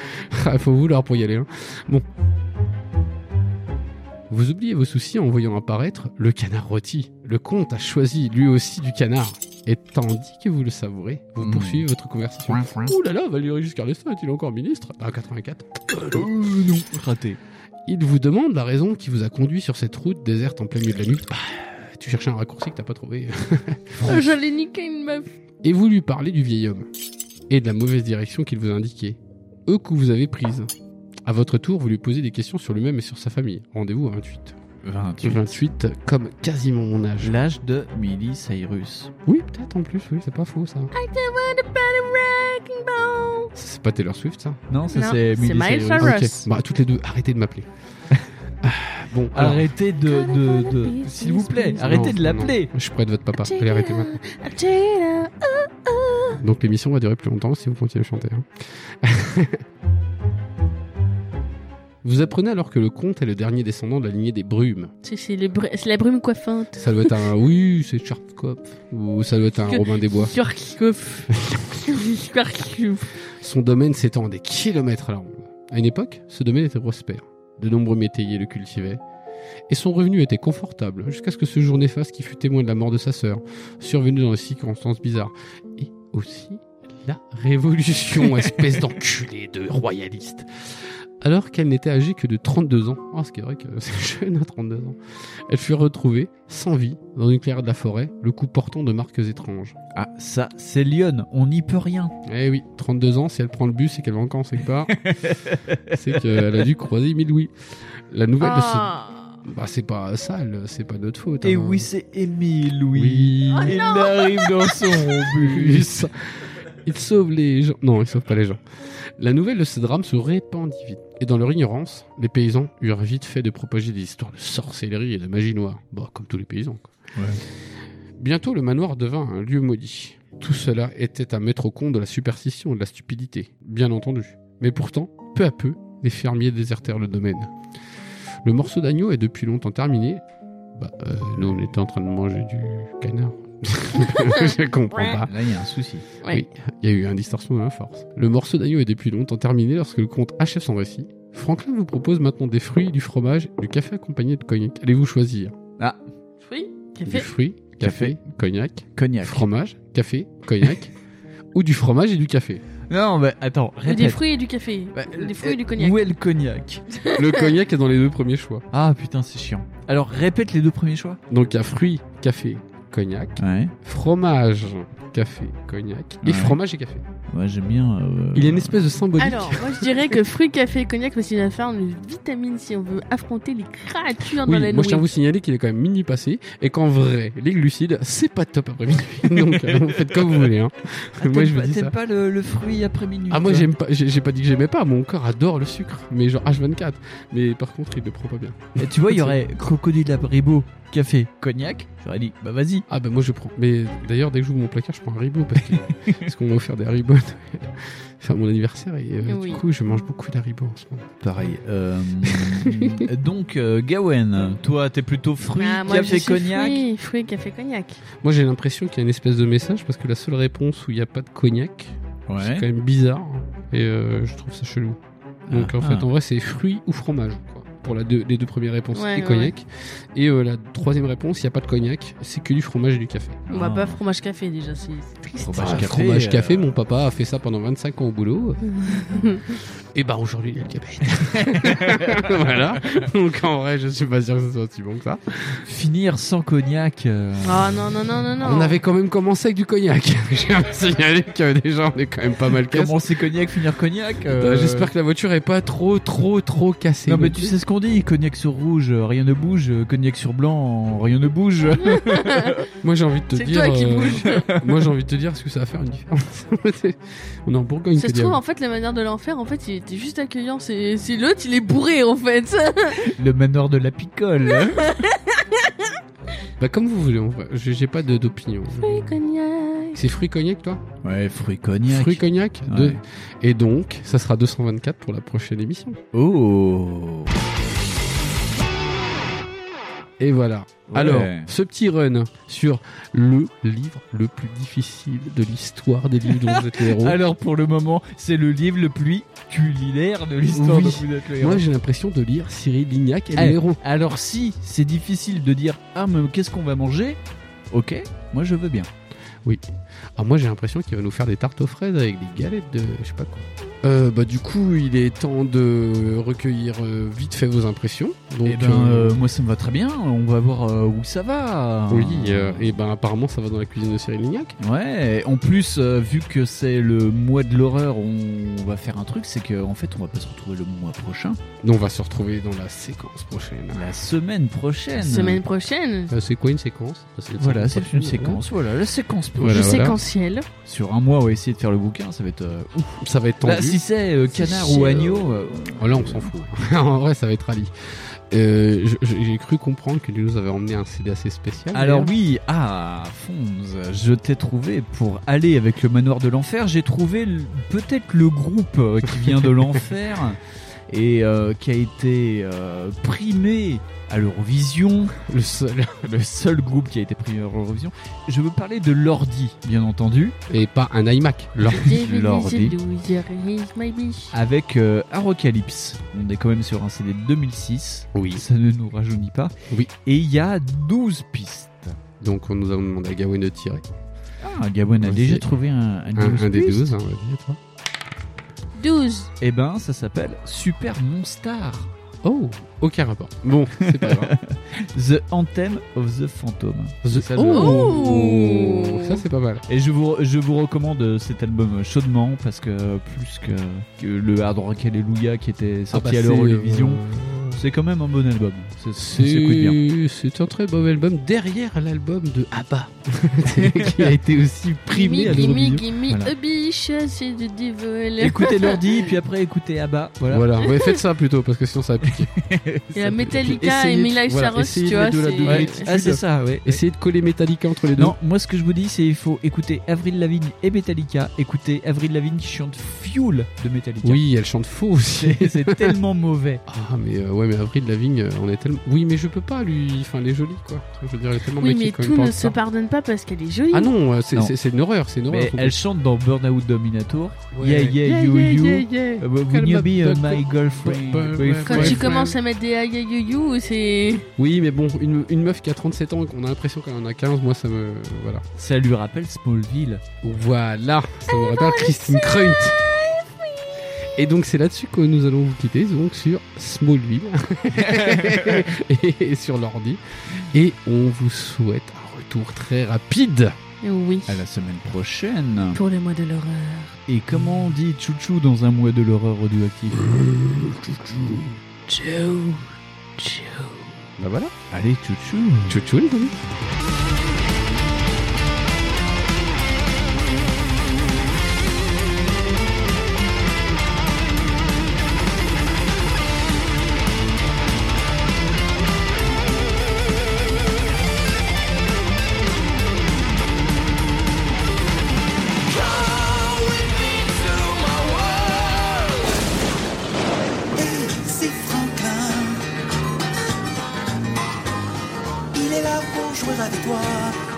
S3: Ah, Faut vouloir pour y aller. hein. Bon. Vous oubliez vos soucis en voyant apparaître le canard rôti. Le comte a choisi lui aussi du canard. Et tandis que vous le savourez, vous
S5: Mm.
S3: poursuivez votre conversation. Ouh là là, Valérie Giscard d'Estaing est-il encore ministre Bah, À 84.
S5: Euh, non, raté.
S3: Il vous demande la raison qui vous a conduit sur cette route déserte en plein milieu de la nuit. Bah, tu cherchais un raccourci que t'as pas trouvé.
S4: Euh, J'allais niquer une meuf.
S3: et vous lui parlez du vieil homme et de la mauvaise direction qu'il vous a indiquée, eux que vous avez prise. À votre tour, vous lui posez des questions sur lui-même et sur sa famille. Rendez-vous à 28.
S5: 28.
S3: 28, comme quasiment mon âge.
S5: L'âge de Miley Cyrus.
S3: Oui, peut-être en plus, oui, c'est pas faux ça. C'est pas Taylor Swift ça
S5: Non, ça
S4: Non,
S5: c'est
S4: c'est
S5: Miley
S4: Miley
S5: Cyrus.
S4: Cyrus.
S3: Ok, bah toutes les deux, arrêtez de m'appeler. Ah, bon, alors,
S5: Arrêtez de, de, de- S'il vous plaît, arrêtez
S3: Non,
S5: de l'appeler.
S3: je suis près de votre papa, allez arrêtez maintenant. Donc l'émission va durer plus longtemps si vous continuez à chanter. hein. vous apprenez alors que le comte est le dernier descendant de la lignée des brumes.
S4: C'est c'est les br- c'est la brume coiffante.
S3: Ça doit être un oui, c'est Sharpkopf ou ça doit être un
S4: Que-
S3: Robin des Bois.
S4: Squarkikouf. Squarkikouf.
S3: Son domaine s'étend des kilomètres à la ronde. À une époque, ce domaine était prospère. De nombreux métayers le cultivaient. Et son revenu était confortable, jusqu'à ce que ce jour néfaste qui fut témoin de la mort de sa sœur, survenu dans des circonstances bizarres. Et aussi la révolution, espèce d'enculé de royaliste. Alors qu'elle n'était âgée que de 32 ans, Ah, c'est vrai que c'est jeune à 32 ans, elle fut retrouvée, sans vie, dans une clairière de la forêt, le coup portant de marques étranges.
S5: Ah, ça, c'est Lyon. On n'y peut rien.
S3: Eh oui, 32 ans, si elle prend le bus et qu'elle va encore en quelque part, c'est qu'elle a dû croiser mille oui. La nouvelle de ce...
S4: Ah.
S3: Bah c'est pas sale, c'est pas notre faute.
S5: Et
S3: hein.
S5: Eh oui, c'est Émile, oui.
S3: oui.
S5: Il arrive dans son bus.
S3: Plus. Il sauve les gens. Non, il sauve pas les gens. La nouvelle de ce drame se répandit vite. Et dans leur ignorance, les paysans eurent vite fait de propager des histoires de sorcellerie et de magie noire. Bah, comme tous les paysans, quoi.
S5: Ouais.
S3: Bientôt, le manoir devint un lieu maudit. Tout cela était à mettre au compte de la superstition et de la stupidité, bien entendu. Mais pourtant, peu à peu, les fermiers désertèrent le domaine. Le morceau d'agneau est depuis longtemps terminé. Bah, euh, nous, on était en train de manger du canard. Je comprends pas.
S5: Ah, Là, il y a un souci.
S4: Ouais.
S3: Oui, il y a eu un distorsion de la force. Le morceau d'agneau est depuis longtemps terminé lorsque le comte achève son récit. Franklin vous propose maintenant des fruits, du fromage, du café accompagné de cognac. Allez-vous choisir
S4: Fruit,
S3: Du
S4: café.
S3: fruit, café, cognac,
S5: Cognac.
S3: fromage, café, cognac, ou du fromage et du café
S5: Non, mais attends,
S4: Ou Des
S5: répète.
S4: fruits et du café.
S5: Bah,
S4: Des
S5: euh,
S4: fruits et du cognac.
S5: Où est le cognac
S3: Le cognac est dans les deux premiers choix.
S5: Ah putain, c'est chiant. Alors répète les deux premiers choix.
S3: Donc il y a fruits, café, cognac,
S5: Ouais.
S3: fromage, café, cognac, et
S5: Ouais.
S3: fromage et café.
S5: Moi j'aime bien. euh,
S3: Il y a une espèce de symbolique.
S4: Alors, moi je dirais que fruits, café et cognac, parce qu'il va falloir une vitamine si on veut affronter les créatures dans
S3: Oui,
S4: la
S3: moi je tiens à
S4: nuit.
S3: vous signaler qu'il est quand même minuit passé et qu'en vrai, les glucides, c'est pas top après minuit. Donc euh, vous faites comme vous voulez. hein.
S4: Ah,
S3: moi je vous dis ça.
S5: pas le, le fruit après minuit.
S3: Ah moi
S5: toi
S3: j'aime pas, j'ai j'ai pas dit que j'aimais pas, mon corps adore le sucre, mais genre H24. Mais par contre il le prend pas bien.
S5: Et tu vois, il y aurait crocodile abribo, café, cognac. J'aurais dit, bah vas-y.
S3: Ah bah moi je prends. Mais d'ailleurs dès que j'ouvre mon placard je prends un Haribo parce que- parce qu'on m'a offert des Haribo à Noël. enfin mon anniversaire et euh,
S4: Oui.
S3: du coup je mange beaucoup d'Haribo en ce moment.
S5: Pareil. euh, donc euh, Gawen, toi t'es plutôt fruit,
S4: Ah, moi, je
S5: café,
S4: suis
S5: cognac.
S4: Fruits, fruits, café, cognac.
S3: Moi j'ai l'impression qu'il y a une espèce de message parce que la seule réponse où il n'y a pas de cognac, c'est
S5: Ouais.
S3: quand même bizarre et euh, je trouve ça chelou. Donc
S5: Ah,
S3: en fait
S5: ah.
S3: en vrai c'est fruits ou fromage quoi. pour la deux- les deux premières réponses
S4: Ouais,
S3: et
S4: ouais,
S3: cognac. Et euh, la troisième réponse, il n'y a pas de cognac, c'est que du fromage et du café.
S4: On va pas fromage café déjà, c'est c'est triste.
S5: Fromage
S3: Ah,
S5: Bah, café,
S3: fromage
S5: euh,
S3: café, mon papa a fait ça pendant 25 ans au boulot. et bah aujourd'hui, il y a le diabète. voilà. Donc en vrai, je suis pas sûr que ce soit si bon que ça.
S5: Finir sans cognac. euh,
S4: Ah non, non, non, non, non.
S3: On avait quand même commencé avec du cognac. J'ai signalé que déjà, on est quand même pas mal cassé.
S5: Commencer cognac, finir cognac.
S3: Euh,
S5: euh,
S3: J'espère que la voiture est pas trop, trop, trop cassée.
S5: Non mais tu sais ce qu'on dit, cognac sur rouge, euh, rien ne bouge, euh, cognac sur blanc, euh, rien ne bouge.
S3: Moi j'ai envie de te
S4: C'est
S3: dire.
S4: toi qui
S3: euh,
S4: bouge.
S3: moi j'ai envie de te dire ce que ça va faire une différence. on est en Bourgogne.
S4: Ça se
S3: que
S4: trouve,
S3: diable.
S4: en fait, la manière de l'enfer, en fait, il était juste accueillant. C'est c'est l'autre, il est bourré, en fait.
S5: Le manoir de la picole. hein.
S3: Bah comme vous voulez. en vrai. J'ai j'ai pas de- d'opinion.
S4: Cognac.
S3: C'est fruit cognac toi
S5: ouais, fruit cognac.
S3: Fruit cognac.
S5: Ouais.
S3: deux. Et donc ça sera 224 pour la prochaine émission.
S5: Oh.
S3: Et voilà.
S5: Ouais.
S3: Alors ce petit run sur le livre le plus difficile de l'histoire des livres dont vous êtes les héros.
S5: Alors pour le moment, c'est le livre le plus culinaire de l'histoire
S3: Oui.
S5: de Vous êtes le héros.
S3: Moi j'ai l'impression de lire Cyril Lignac et
S5: Ah,
S3: les héros.
S5: Alors si c'est difficile de dire ah mais qu'est-ce qu'on va manger Ok, moi je veux bien.
S3: Ah, moi j'ai l'impression qu'il va nous faire des tartes aux fraises avec des galettes de je sais pas quoi. Euh, bah du coup il est temps de recueillir euh, vite fait vos impressions. Donc
S5: eh ben
S3: euh,
S5: euh, moi ça me va très bien. On va voir euh, où ça va.
S3: oui, euh, et ben apparemment ça va dans la cuisine de Cyril Lignac.
S5: Ouais, en plus, euh, vu que c'est le mois de l'horreur, on va faire un truc, c'est qu'en en fait, on va pas se retrouver le mois prochain,
S3: Donc on va se retrouver dans la séquence prochaine.
S5: la semaine prochaine.
S4: Semaine prochaine.
S3: Euh, c'est quoi une séquence Bah, une
S5: Voilà,
S3: séquence
S5: c'est une
S3: prochaine, euh,
S5: séquence, voilà, la séquence
S3: Voilà,
S4: du
S5: prochaine.
S3: voilà.
S4: séquentiel.
S5: Sur un mois, on va essayer de faire le bouquin, ça va être euh, ouf.
S3: voilà. Ça va être tendu.
S5: Là, si c'est euh,
S4: C'est
S5: canard
S4: chiant.
S5: ou agneau, euh,
S3: Oh, là on s'en fout. en vrai ça va être rallye. Euh, je- je- j'ai cru comprendre que tu nous avais emmené un CD assez spécial.
S5: Alors
S3: d'ailleurs.
S5: oui, ah, Fonz, je t'ai trouvé pour aller avec le manoir de l'enfer. J'ai trouvé l- peut-être le groupe euh, qui vient de l'enfer et euh, qui a été euh, primé à l'Eurovision,
S3: le seul
S5: le seul groupe qui a été primé à l'Eurovision. Je veux parler de l'ordi, bien entendu,
S3: et pas un iMac. Leur-
S5: Lordi.
S4: Lordi.
S5: avec euh, Arocalypse. On est quand même sur un CD de 2006,
S3: Oui.
S5: ça ne nous rajeunit pas.
S3: Oui.
S5: Et il y a 12 pistes.
S3: Donc on nous a demandé à Gawain de tirer.
S5: Ah, Gabon a
S3: Vas-y.
S5: déjà trouvé un, un
S3: Un,
S5: 12
S3: un des
S5: pistes.
S3: deux, hein, on va dire, toi.
S4: 12.
S5: Eh ben, ça s'appelle Super Monstar,
S3: Oh, aucun rapport. Bon, c'est pas grave.
S5: The Anthem of the Phantom.
S3: The-
S5: ça, le-
S3: Oh,
S4: Oh.
S3: ça c'est pas mal.
S5: Et je vous, je vous recommande euh, cet album chaudement parce que euh, plus que, que le Hard Rock Hallelujah qui était sorti
S3: Ah bah
S5: à l'Eurovision, c'est quand même un bon album. C'est
S3: euh, C'est
S5: euh, c'est cool bien.
S3: c'est un très bon album derrière l'album de Ah,
S5: Ah bah.
S3: ABBA qui a été aussi primé à
S4: gimme,
S3: l'Eurovision.
S4: gimme,
S5: Voilà.
S4: a biche, c'est du devil.
S5: Écoutez l'ordi et puis après écoutez Abba. Voilà.
S3: Voilà, ouais, faites ça plutôt parce que sinon ça va piquer.
S4: Il y a Metallica
S3: Essayez
S4: et
S3: de-
S4: My Life
S3: voilà,
S4: Saros,
S3: essayez
S4: tu
S3: de
S4: vois.
S3: mettre de la
S5: Ouais.
S3: double
S4: c'est-
S5: Ah, c'est ça, ouais.
S3: Essayez de coller Metallica entre les deux.
S5: Non, moi ce que je vous dis, c'est il faut écouter Avril Lavigne et Metallica. Écoutez Avril Lavigne qui chante Fuel de Metallica.
S3: Oui, elle chante faux aussi.
S5: C'est c'est tellement mauvais.
S3: Ah mais euh, ouais mais Avril Lavigne euh, on est tellement oui mais je peux pas lui enfin elle est jolie quoi je veux dire elle est tellement
S4: Oui,
S3: maquillée
S4: mais
S3: quand
S4: tout
S3: même
S4: ne
S3: pas
S4: se
S3: encore.
S4: pardonne pas parce qu'elle est jolie.
S3: ah non euh, c'est-
S5: Non.
S3: c'est c'est une horreur c'est une horreur
S5: Mais
S3: son
S5: elle chante dans Burnout Dominator.
S3: Ouais.
S5: Yeah, yeah, you, you. Uh,
S3: Calme
S5: Will you be
S3: up,
S5: uh, my
S3: Doc.
S5: girlfriend?
S3: Ouais,
S5: Boyfriend.
S3: ouais,
S4: Quand
S3: Euh, Ouais,
S4: tu
S3: ouais.
S4: commences à mettre des ah, aïe aïe aïe, aïe, c'est.
S3: Oui, mais bon, une, une meuf qui a 37 ans et qu'on a l'impression qu'elle en a 15, moi ça me. Voilà.
S5: Ça lui rappelle Smallville.
S3: Voilà Ça me rappelle Christine Kreut Et donc c'est là-dessus que nous allons vous quitter, donc sur Smallville et sur l'ordi. Et on vous souhaite un retour très rapide.
S4: Oui.
S5: À la semaine prochaine.
S4: Pour le mois de l'horreur.
S5: Et comment on dit chouchou dans un mois de l'horreur audioactive?
S4: Ciao. Ciao.
S3: Bah voilà.
S5: Allez, chouchou.
S3: Tchou tchou les amis.
S6: c'est Franklin. Il est là pour jouer avec toi.